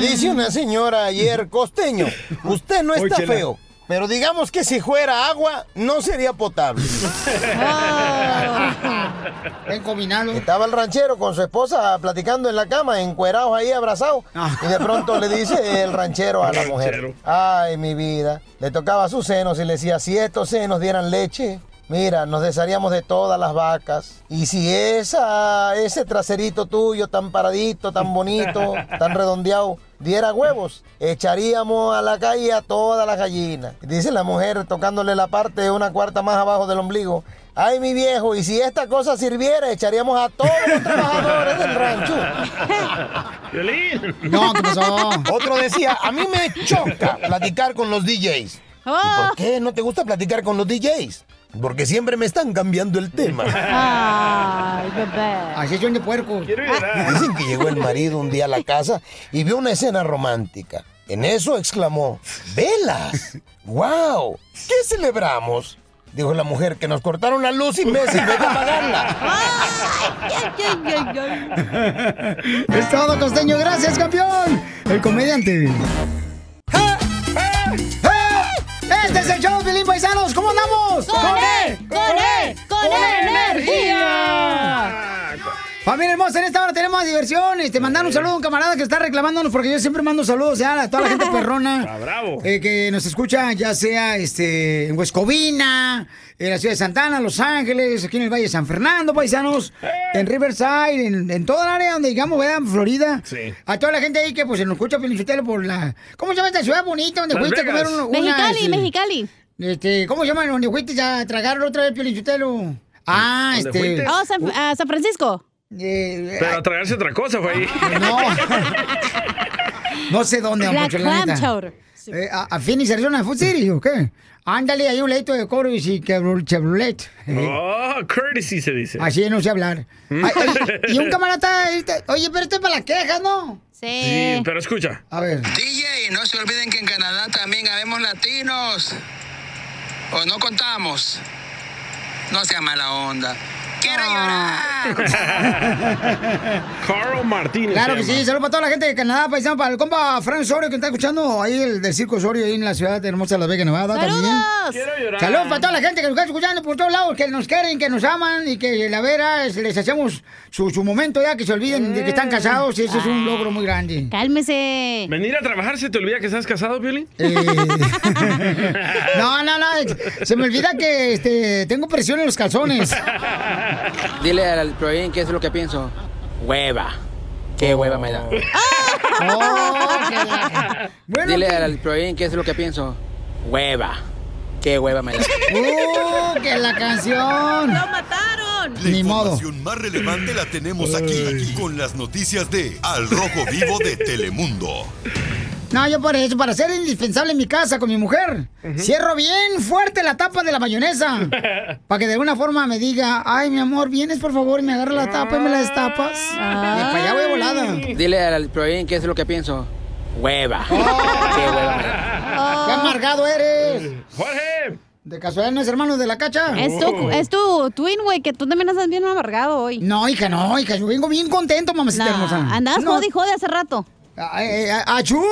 S9: Le dice una señora ayer, costeño, usted no
S2: Oy,
S9: está
S2: chela.
S9: feo, pero digamos que si fuera agua, no sería potable. Estaba el ranchero con su esposa platicando en la cama, encuerados ahí, abrazados. Y de pronto le dice el ranchero a la mujer,
S17: Ranchero.
S9: ay, mi vida. Le tocaba sus senos y le decía, si estos senos dieran leche, mira, nos desharíamos de todas las vacas. Y si esa, ese traserito tuyo, tan paradito, tan bonito, tan redondeado, diera huevos, echaríamos a la calle a todas las gallinas. Dice la mujer tocándole la parte una cuarta más abajo del ombligo. Ay, mi viejo, y si esta cosa sirviera, echaríamos a todos los trabajadores del rancho.
S17: No, ¿qué pasó?
S9: Otro decía, a mí me choca platicar con los DJs. ¿Y
S17: Oh.
S9: por qué no te gusta platicar con los DJs? Porque siempre me están cambiando el tema.
S17: Ay,
S9: Así son de puerco.
S17: llorar.
S9: Ah, Dicen que llegó el marido un día a la casa y vio una escena romántica. En eso exclamó, ¡velas! ¡Wow! ¿Qué celebramos? Dijo la mujer que nos cortaron la luz y Messi vete a apagarla.
S28: Es todo, costeño. Gracias, campeón. El comediante.
S1: Este es el show, de Pilín Paisanos. ¿Cómo andamos? E,
S17: ¡Con él! ¡Con él! ¡Con él, energía!
S1: Familia hermosa, en esta hora tenemos más diversiones. Te mandaron un saludo a un camarada que está reclamándonos porque yo siempre mando saludos ya, a toda la gente perrona.
S2: Está bravo.
S1: eh, que nos escucha, ya sea este, en Huescovina, en la ciudad de Santana, Los Ángeles, aquí en el Valle de San Fernando, paisanos, en Riverside, en, en toda el área donde llegamos, ¿verdad? En Florida.
S17: Sí.
S1: A toda la gente ahí que pues se nos escucha Pelichotelo por la. ¿Cómo se llama esta ciudad bonita donde
S17: Las
S1: fuiste a comer
S17: Vegas.
S1: un-
S17: Mexicali,
S1: este,
S17: Mexicali.
S1: Este, ¿cómo se llama donde fuiste a tragarlo otra vez Pelichotelo? Ah,
S2: ¿Dónde
S1: este. Eh,
S2: fuiste? Oh,
S1: San, Francisco.
S2: Pero a tragarse otra cosa fue ahí.
S1: No sé dónde, don
S2: La
S1: Poncho, la
S2: clam
S1: neta.
S2: chowder.
S1: Eh, a, a Phoenix, Arizona, ¿fue City o qué? Ándale, hay un leito de coro y si que Chevrolet.
S2: Oh, courtesy se dice.
S1: Así no sé hablar.
S2: Mm.
S1: Ay, oye, y un camarada, este- oye, pero esto es para las quejas, ¿no?
S2: Sí, pero escucha.
S1: A ver.
S29: DJ, no se olviden que en Canadá también habemos latinos. O no contamos. No sea mala onda. Quiero llorar.
S2: Carl Martínez.
S1: Claro
S2: se
S1: que
S2: llama.
S1: sí, saludos para toda la gente de Canadá, paisano, para el compa Fran Sorio que está escuchando ahí el del Circo Sorio ahí en la ciudad de hermosa Las Vegas, Nevada también.
S17: Quiero llorar.
S1: Saludos para toda la gente que nos está escuchando por todos lados, que nos quieren, que nos aman y que la vera es- les hacemos su, su momento ya, que se olviden de que están casados y eso es un logro muy grande. Ah. Cálmese.
S2: Venir a trabajar se te olvida que estás casado, Piolín.
S1: Eh. No, no, no, se me olvida que este, tengo presión en los calzones.
S11: Dile al Proin qué es lo que pienso. Oh. Hueva. Qué hueva me da. Dile al Proin qué es lo que pienso. Hueva. Qué hueva me da. Oh,
S1: ¡Uh, que la canción! ¡Lo
S4: mataron!
S5: La información más relevante la tenemos aquí, aquí, con las noticias de Al Rojo Vivo de Telemundo.
S1: No, yo por eso, para ser indispensable en mi casa con mi mujer, cierro bien fuerte la tapa de la mayonesa. para que de alguna forma me diga, ay, mi amor, vienes por favor y me agarra la tapa y me la destapas. Y para allá voy volada.
S11: Dile al Proin qué es lo que pienso. Hueva. Oh. Qué hueva. me da.
S1: ¡Qué amargado eres!
S2: ¡Jorge!
S1: De casualidad no es hermano de la cacha.
S4: Es tu, es tu twin, güey, que tú también andas bien amargado hoy.
S1: No, hija, no, hija, yo vengo bien contento, mamacita hermosa.
S4: Andabas
S1: No.
S4: jode y jode hace rato.
S1: Eh, eh, ¡Achú!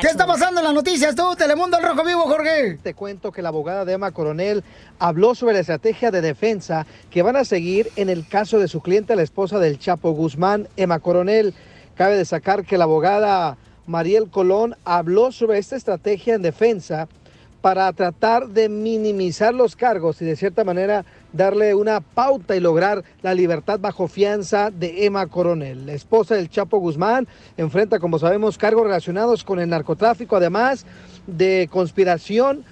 S1: ¿Qué está pasando en las noticias tú, Telemundo al Rojo Vivo, Jorge?
S6: Te cuento que la abogada de Emma Coronel habló sobre la estrategia de defensa que van a seguir en el caso de su cliente, la esposa del Chapo Guzmán, Emma Coronel. Cabe destacar que la abogada Mariel Colón habló sobre esta estrategia en defensa para tratar de minimizar los cargos y de cierta manera darle una pauta y lograr la libertad bajo fianza de Emma Coronel. La esposa del Chapo Guzmán enfrenta, como sabemos, cargos relacionados con el narcotráfico, además de conspiración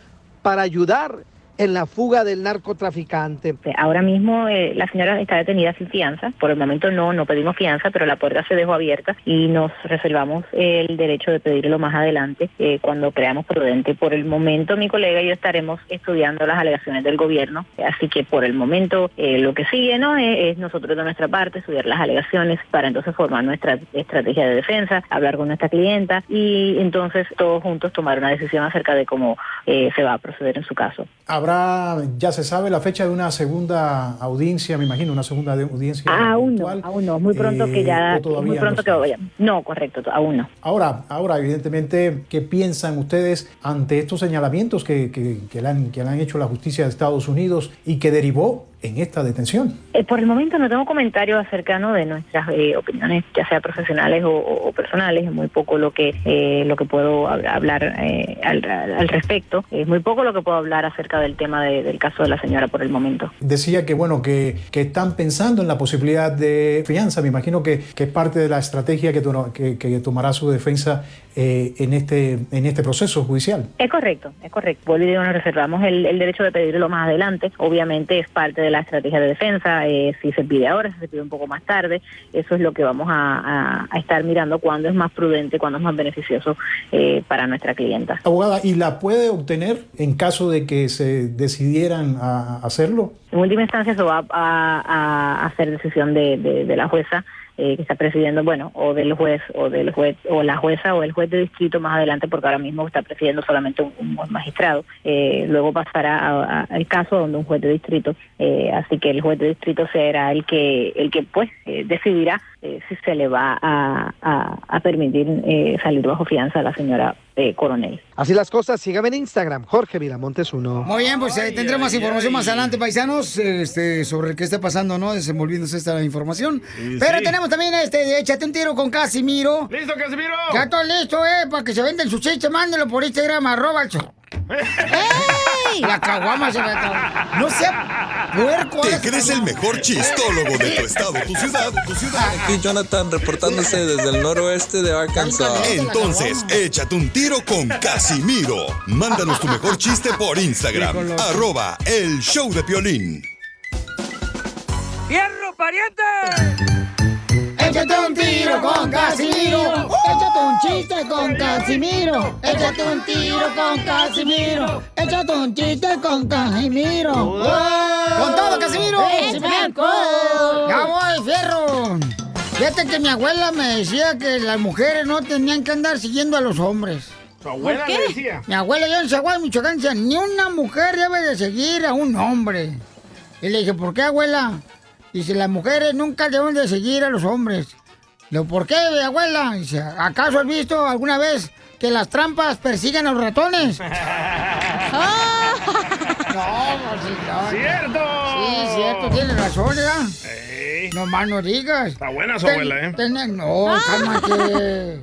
S6: para ayudar en la fuga del narcotraficante.
S20: Ahora mismo eh, la señora está detenida sin fianza. Por el momento no, no pedimos fianza, pero la puerta se dejó abierta y nos reservamos el derecho de pedirlo más adelante eh, cuando creamos prudente. Por el momento mi colega y yo estaremos estudiando las alegaciones del gobierno, así que por el momento eh, lo que sigue no Eh, es, es nosotros de nuestra parte estudiar las alegaciones para entonces formar nuestra estrategia de defensa, hablar con nuestra clienta y entonces todos juntos tomar una decisión acerca de cómo eh, se va a proceder en su caso.
S30: Habrá, ya se sabe, la fecha de una segunda audiencia, me imagino, una segunda de- audiencia.
S20: Ah, aún no, aún no, muy pronto que
S30: eh,
S20: ya,
S30: o todavía
S20: muy pronto
S30: no
S20: que vaya. No, correcto, to- aún no.
S30: Ahora, ahora, evidentemente, ¿qué piensan ustedes ante estos señalamientos que, que- que le han, que le han hecho la justicia de Estados Unidos y que derivó en esta detención?
S20: Eh, por el momento no tengo comentarios acerca ¿no? de nuestras eh, opiniones, ya sea profesionales o, o- o personales. Es muy poco lo que eh, lo que puedo hab- hablar eh, al, al- al respecto. Es muy poco lo que puedo hablar acerca del tema de- del caso de la señora por el momento.
S30: Decía que, bueno, que, que están pensando en la posibilidad de fianza. Me imagino que, que es parte de la estrategia que, to- que- que tomará su defensa eh, en, este, en este proceso judicial.
S20: Es correcto, es correcto. Vuelvo y digo, nos reservamos el, el derecho de pedirlo más adelante. Obviamente es parte de la estrategia de defensa. eh, si se pide ahora, si se pide un poco más tarde, eso es lo que vamos a, a- a estar mirando cuándo es más prudente, cuándo es más beneficioso eh, para nuestra clienta.
S30: Abogada, ¿y la puede obtener en caso de que se decidieran a a hacerlo?
S20: En última instancia, eso va a, a- a ser decisión de, de- de la jueza eh, que está presidiendo, bueno, o del juez, o del juez, o la jueza, o el juez de distrito más adelante, porque ahora mismo está presidiendo solamente un, un juez magistrado. Eh, luego pasará a- a- al caso donde un juez de distrito, eh, así que el juez de distrito será el que, el que pues, eh, decidirá eh, si se le va a, a- a permitir eh, salir bajo fianza a la señora eh, coronel.
S6: Así las cosas, sígame en Instagram, Jorge Vilamontes 1.
S3: Muy bien, pues eh, tendremos más información más adelante, paisanos, este, sobre qué está pasando, ¿no? Desenvolviéndose esta información.
S1: Pero
S3: sí.
S1: tenemos también este, de échate un tiro con Casimiro.
S2: ¡Listo, Casimiro!
S1: Ya está listo, eh, para que se venden sus chistes, mándelo por Instagram, arroba el show. La caguama se va a... No sea puerco.
S5: ¿Te
S1: eres,
S5: crees el
S1: cabrón.
S5: mejor chistólogo de tu estado, tu ciudad, tu ciudad?
S31: Aquí Jonathan reportándose desde el noroeste de Arkansas.
S5: Entonces, échate un tiro con Casimiro. Mándanos tu mejor chiste por Instagram. Arroba el show de Piolín.
S9: ¡Fierro, pariente!
S1: Échate un tiro con Casimiro. Échate un chiste con Casimiro. Échate un tiro con Casimiro. Échate un chiste con Casimiro. ¡Con todo, Casimiro!
S9: ¡Échame alcohol!
S1: ¡Ya voy, fierro! Fíjate que mi abuela me decía que las mujeres no tenían que andar siguiendo a los hombres. ¿Tu
S9: abuela ¿Por qué? le decía?
S1: Mi abuela yo en Chihuahua, Michoacán, decía, ni una mujer debe de seguir a un hombre. Y le dije, ¿por qué, abuela? Dice, las mujeres nunca deben de seguir a los hombres. Le digo, ¿por qué, abuela? Dice, ¿acaso has visto alguna vez que las trampas persiguen a los ratones?
S9: ¡Cierto!
S1: Sí, cierto, tienes razón, ¿eh? ¿verdad? No más no digas. Está
S2: buena su abuela, ¿eh?
S1: no, cálmate.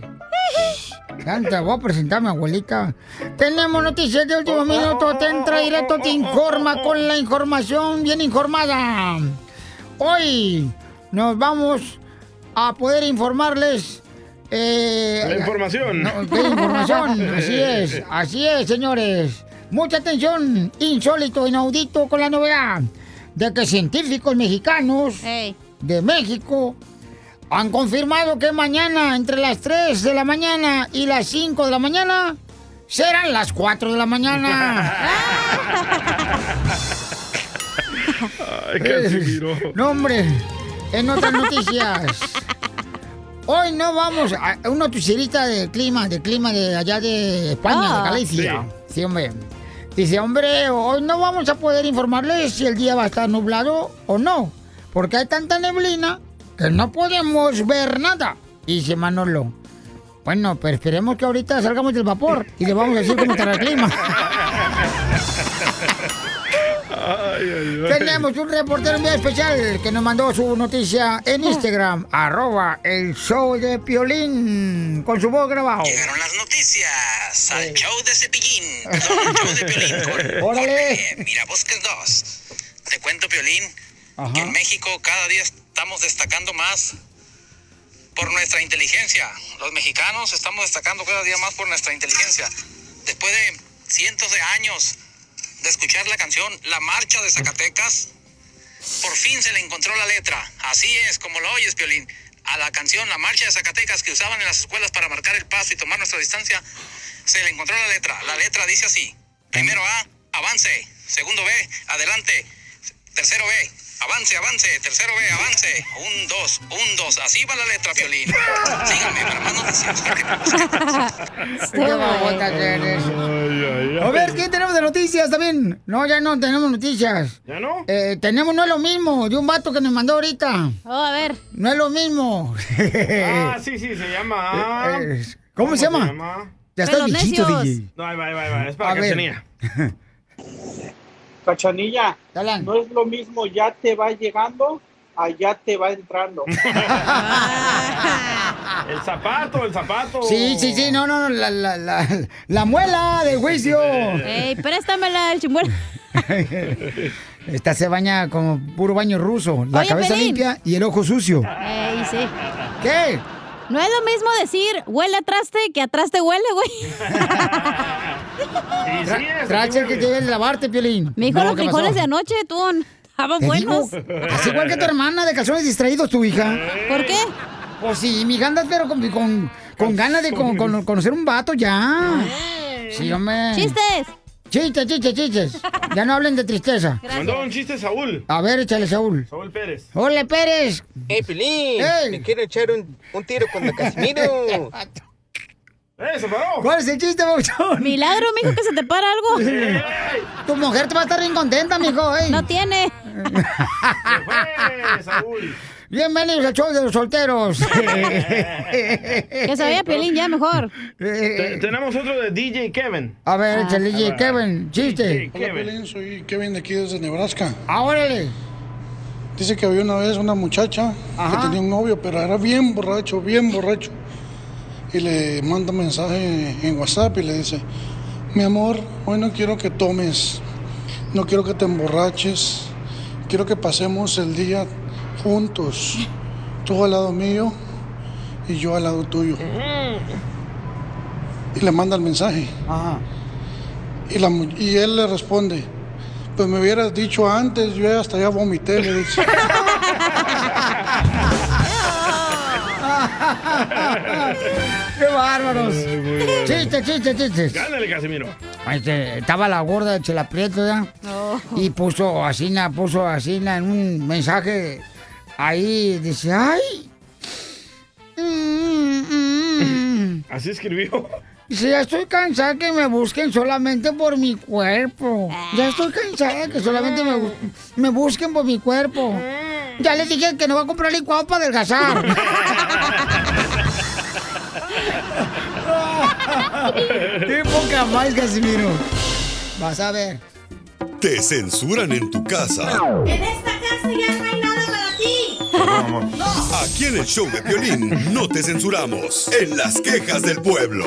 S1: Canta, voy a presentar a mi abuelita. Tenemos noticias de último minuto. Te entra directo,
S2: Oh,
S1: te informa con la información bien informada. Hoy nos vamos a poder informarles. eh,
S2: La información.
S1: no, de información, así es, así es, señores. Mucha atención, insólito, inaudito con la novedad de que científicos mexicanos de México han confirmado que mañana, entre las 3 de la mañana y las 5 de la mañana, serán las 4 de la mañana.
S2: Ay, Casimiro.
S1: No, hombre, en otras noticias. Hoy no vamos a a una tucerita de clima, de clima de allá de España,
S9: Ah.
S1: de Galicia. Sí. hombre. Dice, hombre, hoy no vamos a poder informarles si el día va a estar nublado o no, porque hay tanta neblina que no podemos ver nada. Dice Manolo. Bueno, pero esperemos que ahorita salgamos del vapor y le vamos a decir cómo estará el clima. Tenemos un reportero muy especial que nos mandó su noticia en Instagram, arroba el show de Piolín, con su voz grabado.
S32: noticias al show de Cepillín. Perdón, al show de Piolín. con-
S1: Órale.
S32: con- mira, Bosques 2. Te cuento, Piolín, que en México cada día estamos destacando más por nuestra inteligencia. Los mexicanos estamos destacando cada día más por nuestra inteligencia. Después de cientos de años de escuchar la canción La Marcha de Zacatecas, por fin se le encontró la letra. Así es, como lo oyes, Piolín. A la canción La Marcha de Zacatecas que usaban en las escuelas para marcar el paso y tomar nuestra distancia, se le encontró la letra. La letra dice así. Primero A, avance. Segundo B, adelante. Tercero B, avance, avance. Tercero B, avance. Un, dos, un, dos. Así va la letra, Piolín. Síganme para más noticias. porque-
S1: Qué babota que eres. A ver, ¿qué tenemos de noticias también? No, ya no tenemos noticias. ¿Ya no? tenemos no es lo mismo, de un vato que nos mandó ahorita.
S4: Oh, a ver.
S1: No es lo mismo.
S2: Ah, sí, sí, se llama.
S1: Eh, eh, ¿cómo se llama? Ya estás
S2: Pelos
S1: viejito,
S2: necios.
S1: DJ.
S2: No, ahí va, ahí va, ahí va. Es para
S1: A ver.
S2: Cachanilla.
S7: Cachanilla, no es lo mismo ya te va llegando a ya te va entrando.
S2: El zapato, el zapato.
S1: Sí, sí, sí, no, no, no, la, la, la, la muela del juicio.
S4: Ey, préstamela el chimuelo.
S1: Esta se baña con puro baño ruso. La
S4: Oye,
S1: cabeza
S4: Pelín.
S1: limpia y el ojo sucio.
S4: Ey, sí.
S1: ¿Qué?
S4: No es lo mismo decir huele a traste que a traste huele, güey.
S1: Tra- Trache que lleve el lavarte, Piolín.
S4: Me dijo
S1: No,
S4: los
S1: ¿qué pasó?
S4: frijoles de anoche, tú. Estaban
S1: Te
S4: buenos.
S1: digo, así igual que tu hermana de calzones distraídos, tu hija.
S4: ¿Por qué?
S1: Pues sí, mi hija andas, pero con, con, con ganas de con- con- conocer un vato ya. Sí, hombre.
S4: ¡Chistes!
S1: Chistes, chistes, chistes. Ya no hablen de tristeza.
S2: Mandó un chiste Saúl.
S1: A ver, échale, Saúl.
S2: Saúl Pérez.
S1: Hola, Pérez.
S22: Hey, Pilín, me quiero echar un, un tiro con Don Casimiro.
S1: ¿Cuál es el chiste, Bouchón?
S4: Milagro, mijo, que se te para algo.
S1: Tu mujer te va a estar bien contenta, mijo. ¿eh? No
S4: tiene.
S1: Pues, Bienvenidos al show de los solteros.
S4: que se vaya Piolín ya mejor.
S1: Eh,
S2: Te- tenemos otro de DJ Kevin.
S1: A ver, échale,
S2: Ah.
S1: DJ Kevin, chiste.
S2: Hola, Piolín,
S26: soy Kevin de aquí desde Nebraska.
S1: ¡Órale!
S26: Dice que había una vez una muchacha que tenía un novio, pero era bien borracho, bien borracho. Y le manda un mensaje en WhatsApp y le dice, mi amor, hoy no quiero que tomes, no quiero que te emborraches, quiero que pasemos el día juntos, tú al lado mío y yo al lado tuyo. Y le manda el mensaje. Y, la mu- y él le responde, pues me hubieras dicho antes, yo hasta ya vomité, le dice.
S1: ¡Qué bárbaros! Chiste, chiste, chistes.
S2: Gánale, Casimiro.
S1: Este, estaba la gorda de Chela Prieto, ¿ya? Y puso Asina, puso Asina en un mensaje ahí, dice, ¡ay!
S2: Así escribió.
S1: Dice, ya estoy cansada que me busquen solamente por mi cuerpo. Ya estoy cansada que solamente me, bu- me busquen por mi cuerpo. Ya les dije que no va a comprar licuado para adelgazar. ¡Qué poca más, Casimiro! Vas a ver.
S5: Te censuran en tu casa.
S33: esta casa ya no hay nada para ti.
S5: Aquí en el show de violín no te censuramos. En las quejas del pueblo.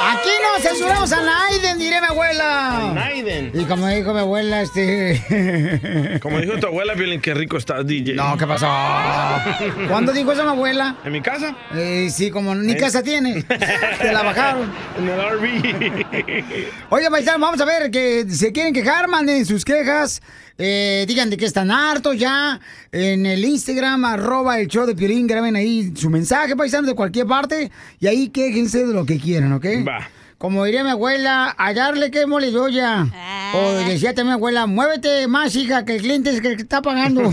S1: Aquí no censuramos a Naiden, diré mi abuela.
S2: Naiden.
S1: Y como dijo mi abuela, este.
S2: Como dijo tu abuela, Piolín, qué rico estás, DJ.
S1: No, ¿qué pasó? ¿Cuándo dijo eso mi abuela?
S2: ¿En mi casa?
S1: Eh, sí, como ni
S2: ¿Eh?
S1: casa tiene. Te la bajaron.
S2: En el RV.
S1: Oye, paisano, vamos a ver que se quieren quejar, manden sus quejas. eh, digan de que están hartos ya. En el Instagram, arroba el show de Piolín, graben ahí su mensaje, paisano, de cualquier parte. Y ahí quéjense de lo que quieran, ¿ok? Va. Como diría mi abuela, a darle que mole ya. O decía también mi abuela, muévete más, hija, que el cliente es el que está pagando.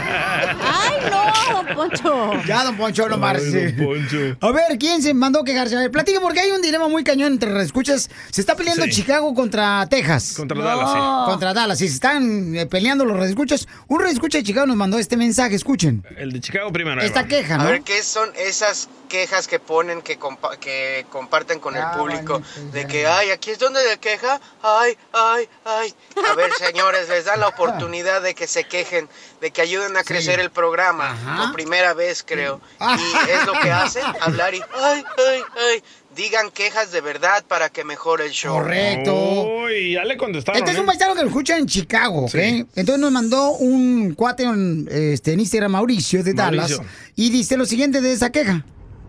S4: ¡Ay, no, don Poncho!
S1: Ya, don Poncho, no marce.
S9: Don Poncho.
S1: A ver, ¿quién se mandó a quejarse? A ver, platica porque hay un dilema muy cañón entre escuchas. Se está peleando
S2: Sí.
S1: Chicago contra Texas.
S2: Contra Dallas, sí.
S1: Contra Dallas, sí, se están eh, peleando los redescuchas. Un redescucha de Chicago nos mandó este mensaje, escuchen.
S2: El de Chicago primero. ahí
S1: Esta
S2: va.
S1: queja, ¿no?
S12: A ver, ¿qué son esas quejas que ponen, que, compa- que comparten con el público? De que, ay, aquí es donde se queja, ay, ay, ay. A ver, señores, les dan la oportunidad de que se quejen, de que ayuden a crecer el programa, por primera vez, creo. Y es lo que hacen, hablar y, ay, ay, ay. Digan quejas de verdad para que mejore el show.
S2: Uy, ya le contestaron.
S1: Este es
S2: ¿eh?
S1: un paisano que lo escucha en Chicago, ¿ok?
S2: Sí.
S1: Entonces nos mandó un cuate en, este, en Instagram, Mauricio, de
S33: Mauricio.
S1: Dallas, y dice lo siguiente de esa queja.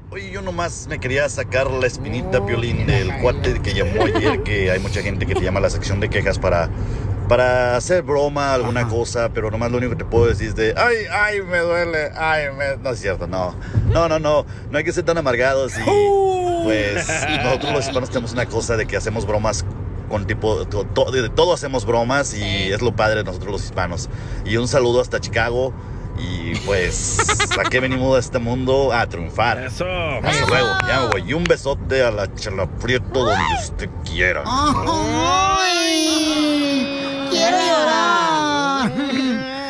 S33: Oye, yo nomás me quería sacar la espinita violín del cuate que llamó ayer, que hay mucha gente que te llama a la sección de quejas para, para hacer broma, alguna cosa, pero nomás lo único que te puedo decir es de, ay, ay, me duele, ay, me... No es cierto, no. No, no, no, no hay que ser tan amargados y pues nosotros los hispanos tenemos una cosa de que hacemos bromas con tipo, to- to- de todo hacemos bromas y es lo padre de nosotros los hispanos. Y un saludo hasta Chicago. Y pues, ¿a qué venimos a este mundo? A triunfar. Eso. Hasta luego, ya me voy. Y un besote a la chalaprieto donde usted quiera.
S1: ¡Ay! ¡Quiero llorar!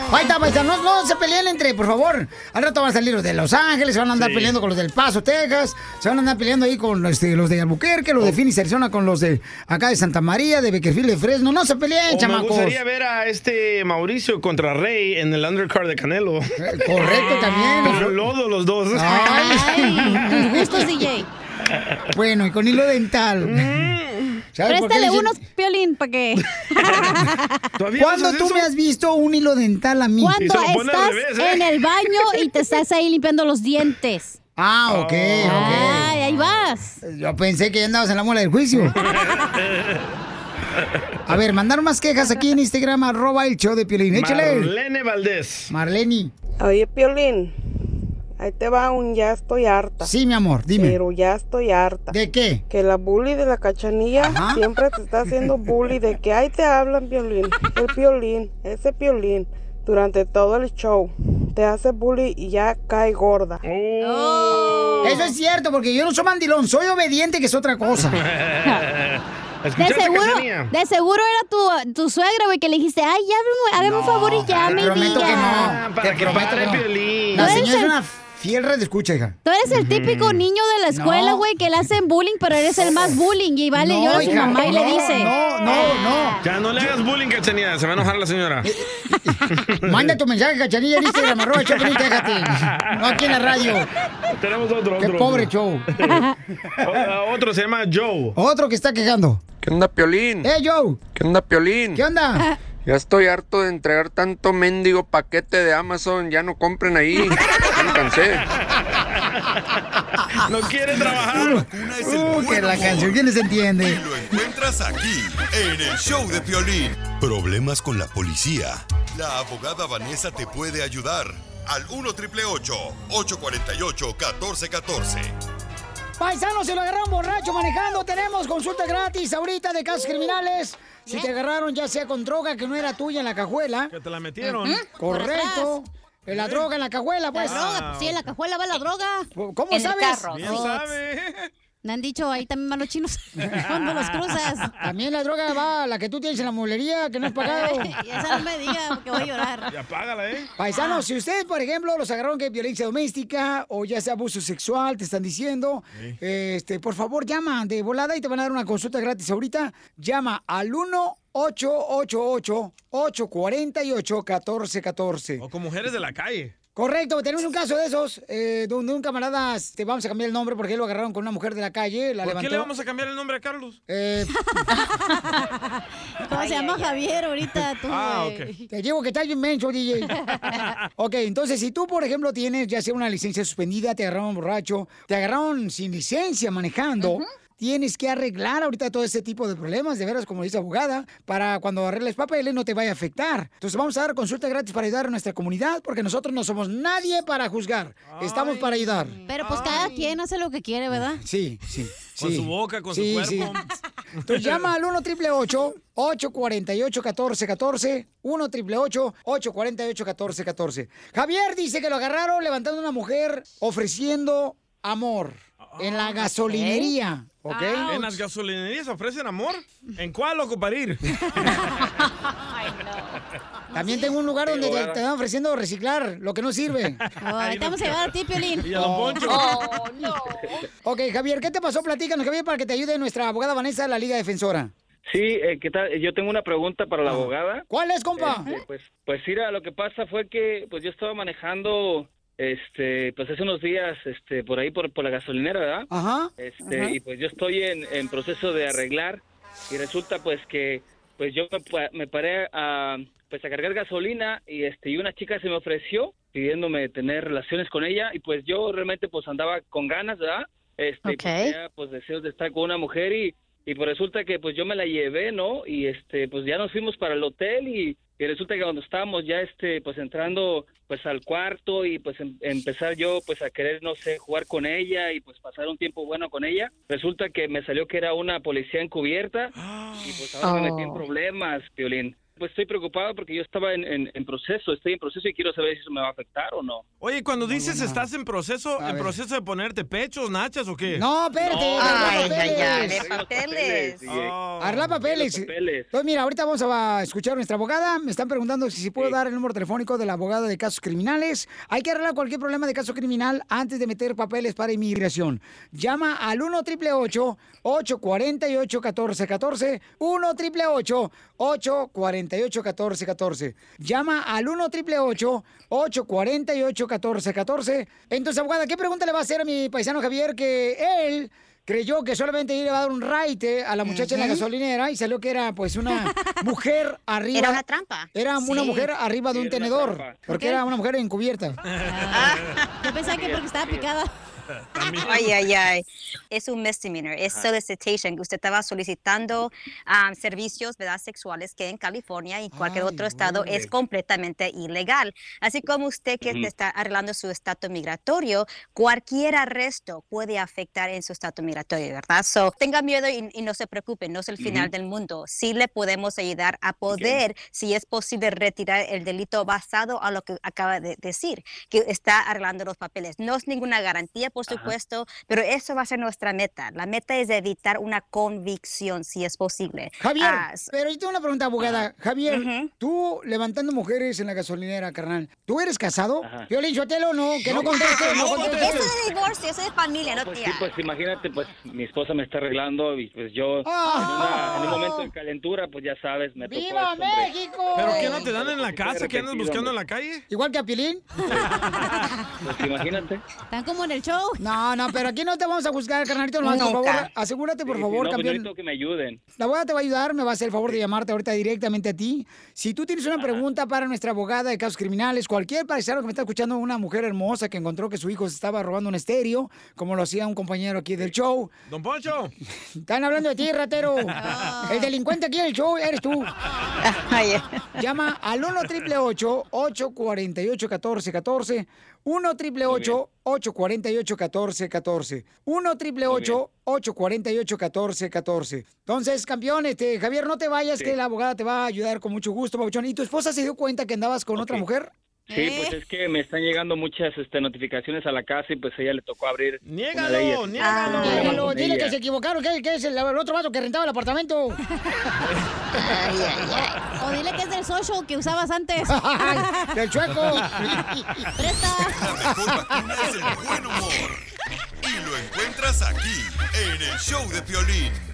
S1: Ahí está, paisanos, no, no se peleen entre, por favor. Al rato van a salir los de Los Ángeles, se van a andar
S34: Sí.
S1: peleando con los del Paso, Texas, se van a andar peleando ahí con este, los de Albuquerque,
S2: Oh.
S1: los de Phoenix, Arizona, con los de acá de Santa María, de Beckerfield, de Fresno. No se peleen,
S2: O Oh, me
S1: chamacos.
S2: gustaría ver a este Mauricio contra Rey en el undercard de Canelo.
S1: Eh, correcto, también.
S2: Con lodo los dos.
S4: Tus gustos, DJ.
S1: Bueno, y con hilo dental.
S2: Mm.
S1: ¿Sabes por qué
S4: Préstale
S1: dicen-
S4: unos, Piolín, para que...
S1: ¿Cuándo tú me has visto un hilo dental a mí?
S4: Cuando estás en el baño y te estás ahí limpiando los dientes.
S1: Ah,
S4: Oh.
S1: ok, ok.
S4: Ay, ahí vas.
S1: Yo pensé que ya andabas en la muela del juicio. A ver, mandaron más quejas aquí en Instagram, arroba el show de Piolín. Échale.
S2: Marlene Valdés.
S1: Marleni.
S35: Oye, Piolín, ahí te va un ya estoy harta.
S1: Sí, mi amor, dime.
S35: Pero ya estoy harta.
S1: ¿De qué?
S35: Que la bully de la cachanilla siempre te está haciendo bully de que ahí te hablan, Piolín. El Piolín, ese Piolín, durante todo el show. Te hace bully y ya cae gorda.
S1: Eso es cierto, porque yo no soy mandilón, soy obediente, que es otra cosa.
S4: De
S2: ¿Escuchaste,
S4: seguro,
S2: Cachanilla?
S4: de seguro era tu, tu suegra, güey, que le dijiste, ay, ya, hazme- hágame un favor y ya me
S1: prometo que
S4: diga.
S1: no.
S2: Para
S1: Te
S2: que
S1: prometo
S2: pare
S1: que no.
S2: Piolín.
S1: La
S4: Tú eres
S1: señora es
S4: el-
S1: una fiel red escucha, hija.
S4: Tú eres el típico niño de la escuela,
S1: No.
S4: güey, que le hacen bullying, pero eres el más bullying. Y va, le
S1: No,
S4: llora a su
S1: hija,
S4: mamá y le
S1: no,
S4: dice.
S1: no, no, no. Eh,
S2: Ya no le hagas bullying, Cachanilla. Se va a enojar la señora.
S1: Manda tu mensaje, cachanilla, en Instagram, arroba el show de Piolín, déjate. No aquí en la radio.
S2: Tenemos otro.
S1: Qué
S2: otro,
S1: pobre
S2: otro.
S1: show.
S2: O- otro se llama Joe.
S1: Otro que está quejando.
S11: ¿Qué onda, Piolín?
S1: ¡Eh, Joe!
S11: ¿Qué onda, Piolín?
S1: ¿Qué onda?
S11: Ya estoy harto de entregar tanto mendigo paquete de Amazon. Ya no compren ahí. Ya me cansé.
S2: No quiere trabajar.
S1: Uh, que la canción, ¿quién se entiende?
S5: Encuentras aquí, en el show de Piolín. Problemas con la policía. La abogada Vanessa te puede ayudar. Al 1 848 1414
S1: Paisanos, si lo agarraron borracho manejando, tenemos consulta gratis ahorita de casos criminales. Si te agarraron ya sea con droga que no era tuya en la cajuela.
S2: Que te la metieron.
S1: Correcto. La droga en la cajuela, pues.
S4: La droga, pues sí, en la cajuela va la droga.
S1: Eh, ¿Cómo
S4: En el
S1: sabes?
S4: carro, Bien sabe. Me han dicho ahí también van los chinos cuando los cruzas.
S1: También la droga va, la que tú tienes en la mueblería que no has pagado.
S4: Y esa no me diga, porque voy a llorar.
S2: Ya págala, ¿eh?
S1: Paisanos, si ustedes, por ejemplo, los agarraron que hay violencia doméstica o ya sea abuso sexual, te están diciendo,
S2: Sí.
S1: este, por favor, llama de volada y te van a dar una consulta gratis ahorita. Llama al 1 848 1414
S2: O con mujeres de la calle.
S1: Correcto, tenemos un caso de esos, eh, donde un camarada, te vamos a cambiar el nombre porque lo agarraron con una mujer de la calle, la
S2: ¿Por
S1: levantó.
S2: qué le vamos a cambiar el nombre a Carlos?
S1: Eh,
S4: ¿Cómo se llama Javier ahorita? Tú,
S2: Ah,
S4: güey?
S2: ok.
S1: Te digo que estás bien menso, DJ. ok, entonces si tú, por ejemplo, tienes ya sea una licencia suspendida, te agarraron borracho, te agarraron sin licencia manejando. Tienes que arreglar ahorita todo este tipo de problemas, de veras, como dice abogada, para cuando arregles papeles no te vaya a afectar. Entonces vamos a dar consulta gratis para ayudar a nuestra comunidad, porque nosotros no somos nadie para juzgar, estamos para ayudar.
S4: Pero pues cada quien hace lo que quiere, ¿verdad?
S1: Sí, sí.
S2: Con su boca, con
S1: Sí,
S2: su
S1: sí.
S2: cuerpo.
S1: Entonces llama al 1 triple 848 1414 1 triple 848 1414 Javier dice que lo agarraron levantando a una mujer ofreciendo amor en
S4: Ah,
S1: la gasolinería. ¿Ok?
S2: ¿En las gasolinerías ofrecen amor? ¿En cuál ocuparía? ir?
S1: También tengo un lugar donde te, te van ofreciendo reciclar lo que no sirve.
S4: ahorita Oh, vamos a llevar a ti, Piolín. Oh, Y a Don Poncho.
S1: no. Ok, Javier, ¿qué te pasó? Platícanos, Javier, para que te ayude nuestra abogada Vanessa de la Liga Defensora.
S19: Sí, eh, ¿qué tal? Yo tengo una pregunta para la abogada.
S1: Ah, ¿Cuál es,
S4: Eh,
S1: compa?
S19: Este, pues, pues mira, lo que pasa fue que pues yo estaba manejando, este, pues hace unos días, este, por ahí por, por la gasolinera, ¿verdad?
S1: Ajá.
S19: Este,
S1: Ah, Ajá.
S19: y pues yo estoy en, en proceso de arreglar y resulta pues que, pues yo me, pa- me paré a, pues a cargar gasolina y este, y una chica se me ofreció pidiéndome tener relaciones con ella y pues yo realmente pues andaba con ganas, ¿verdad? Este, y, pues,
S14: Ok.
S19: tenía, pues deseos de estar con una mujer y y pues resulta que pues yo me la llevé, ¿no? Y este, pues ya nos fuimos para el hotel y, y resulta que cuando estábamos ya este, pues entrando pues al cuarto y pues em- empezar yo pues a querer, no sé, jugar con ella y pues pasar un tiempo bueno con ella, resulta que me salió que era una policía encubierta y pues ahora me metí en
S6: Oh.
S19: problemas, Violín. Pues estoy preocupado porque yo estaba en, en- en proceso, estoy en proceso y quiero saber si eso me va a afectar o no.
S2: Oye, cuando dices estás en proceso, ¿en proceso de ponerte pechos, nachas o qué?
S1: No, espérate,
S2: No.
S1: Ay, ay, ay,
S19: Arreglo los
S1: papeles.
S19: DJ.
S2: Oh.
S1: Arla Papeles. Entonces, mira, ahorita vamos a escuchar a nuestra abogada. Me están preguntando si, si puedo dar el número telefónico de la abogada de casos criminales. Hay que arreglar cualquier problema de caso criminal antes de meter papeles para inmigración. Llama al 1 888 848 1414 1 888 848 1414 Llama al 1 888 848 1414 Entonces, abogada, ¿qué pregunta le va a hacer a mi paisano Javier que él creyó que solamente iba a dar un raite a la muchacha en la
S36: Ujú.
S1: gasolinera y salió que era pues una mujer arriba.
S36: Era una trampa.
S1: Era una
S36: Sí.
S1: mujer arriba de
S36: Sí,
S1: un
S36: era una
S1: tenedor,
S36: trampa.
S1: porque
S36: Ok.
S1: era una mujer encubierta.
S18: Yo pensaba que porque estaba picada. Ay, ay, ay. Es un misdemeanor, es solicitation. Usted estaba solicitando ah, servicios ¿verdad? sexuales que en California y en cualquier otro estado
S20: güey.
S18: es completamente ilegal. Así como usted que
S20: Ujú.
S18: está arreglando su estatus migratorio, cualquier arresto puede afectar en su estatus migratorio, ¿verdad? So, tenga miedo y, y no se preocupe, no es el final
S20: Ujú.
S18: del mundo. Sí le podemos ayudar a poder, si es posible, retirar el delito basado a lo que acaba de decir, que está arreglando los papeles. No es ninguna garantía, por supuesto, pero eso va a ser nuestra meta. La meta es evitar una convicción, si es posible.
S1: Javier,
S18: Ah, s-
S1: pero yo tengo una pregunta, abogada. Javier, tú levantando mujeres en la gasolinera, carnal, ¿tú eres casado? Violín, yo te lo no, que no,
S18: No,
S1: contestes, no
S18: no
S1: contestes.
S18: Eso es de divorcio, eso es de familia, no,
S19: Pues
S18: tía.
S19: sí, pues imagínate, pues mi esposa me está arreglando y pues yo
S18: Ah.
S19: en, una- en un momento de calentura, pues ya sabes, me tocó
S1: Oh. ¡Viva
S19: esto, hombre. Pues,
S1: México!
S2: ¿Pero qué no te dan en la casa? ¿Qué andas
S19: Repetido,
S2: buscando en
S19: hombre.
S2: la calle?
S1: ¿Igual que a Pilín?
S19: Pues imagínate.
S1: Están como en el show. No, no, pero aquí no te vamos a juzgar, carnalito. No, por
S19: Nunca.
S1: favor, asegúrate, por
S19: Sí, sí,
S1: favor,
S19: no, pues, yo
S1: campeón.
S19: necesito que me ayuden.
S1: La abogada te va a ayudar, me va a hacer el favor de llamarte ahorita directamente a ti. Si tú tienes una pregunta para nuestra abogada de casos criminales, cualquier paisano que me está escuchando, una mujer hermosa que encontró que su hijo se estaba robando un estéreo, como lo hacía un compañero aquí del show.
S2: Don Poncho.
S1: Están hablando de ti, ratero. El delincuente aquí del show eres tú. Llama al 1 888 848 1414 1 888 848 1414 1 888 848 1414 Entonces, campeón, este, Javier, no te vayas,
S19: Sí.
S1: que la abogada te va a ayudar con mucho gusto, Pabuchón. ¿Y tu esposa se dio cuenta que andabas con otra mujer? ¿Eh?
S19: Sí, pues es que me están llegando muchas este, notificaciones a la casa y pues a ella le tocó abrir.
S2: Niégalo,
S19: Ah. niégalo.
S1: Dígalo, Ah, dile que se equivocaron, que, que es el, el otro vaso que rentaba el apartamento.
S4: O dile que es del social que usabas antes.
S1: ¡Del chueco!
S5: Y lo encuentras aquí, en el show de Piolín.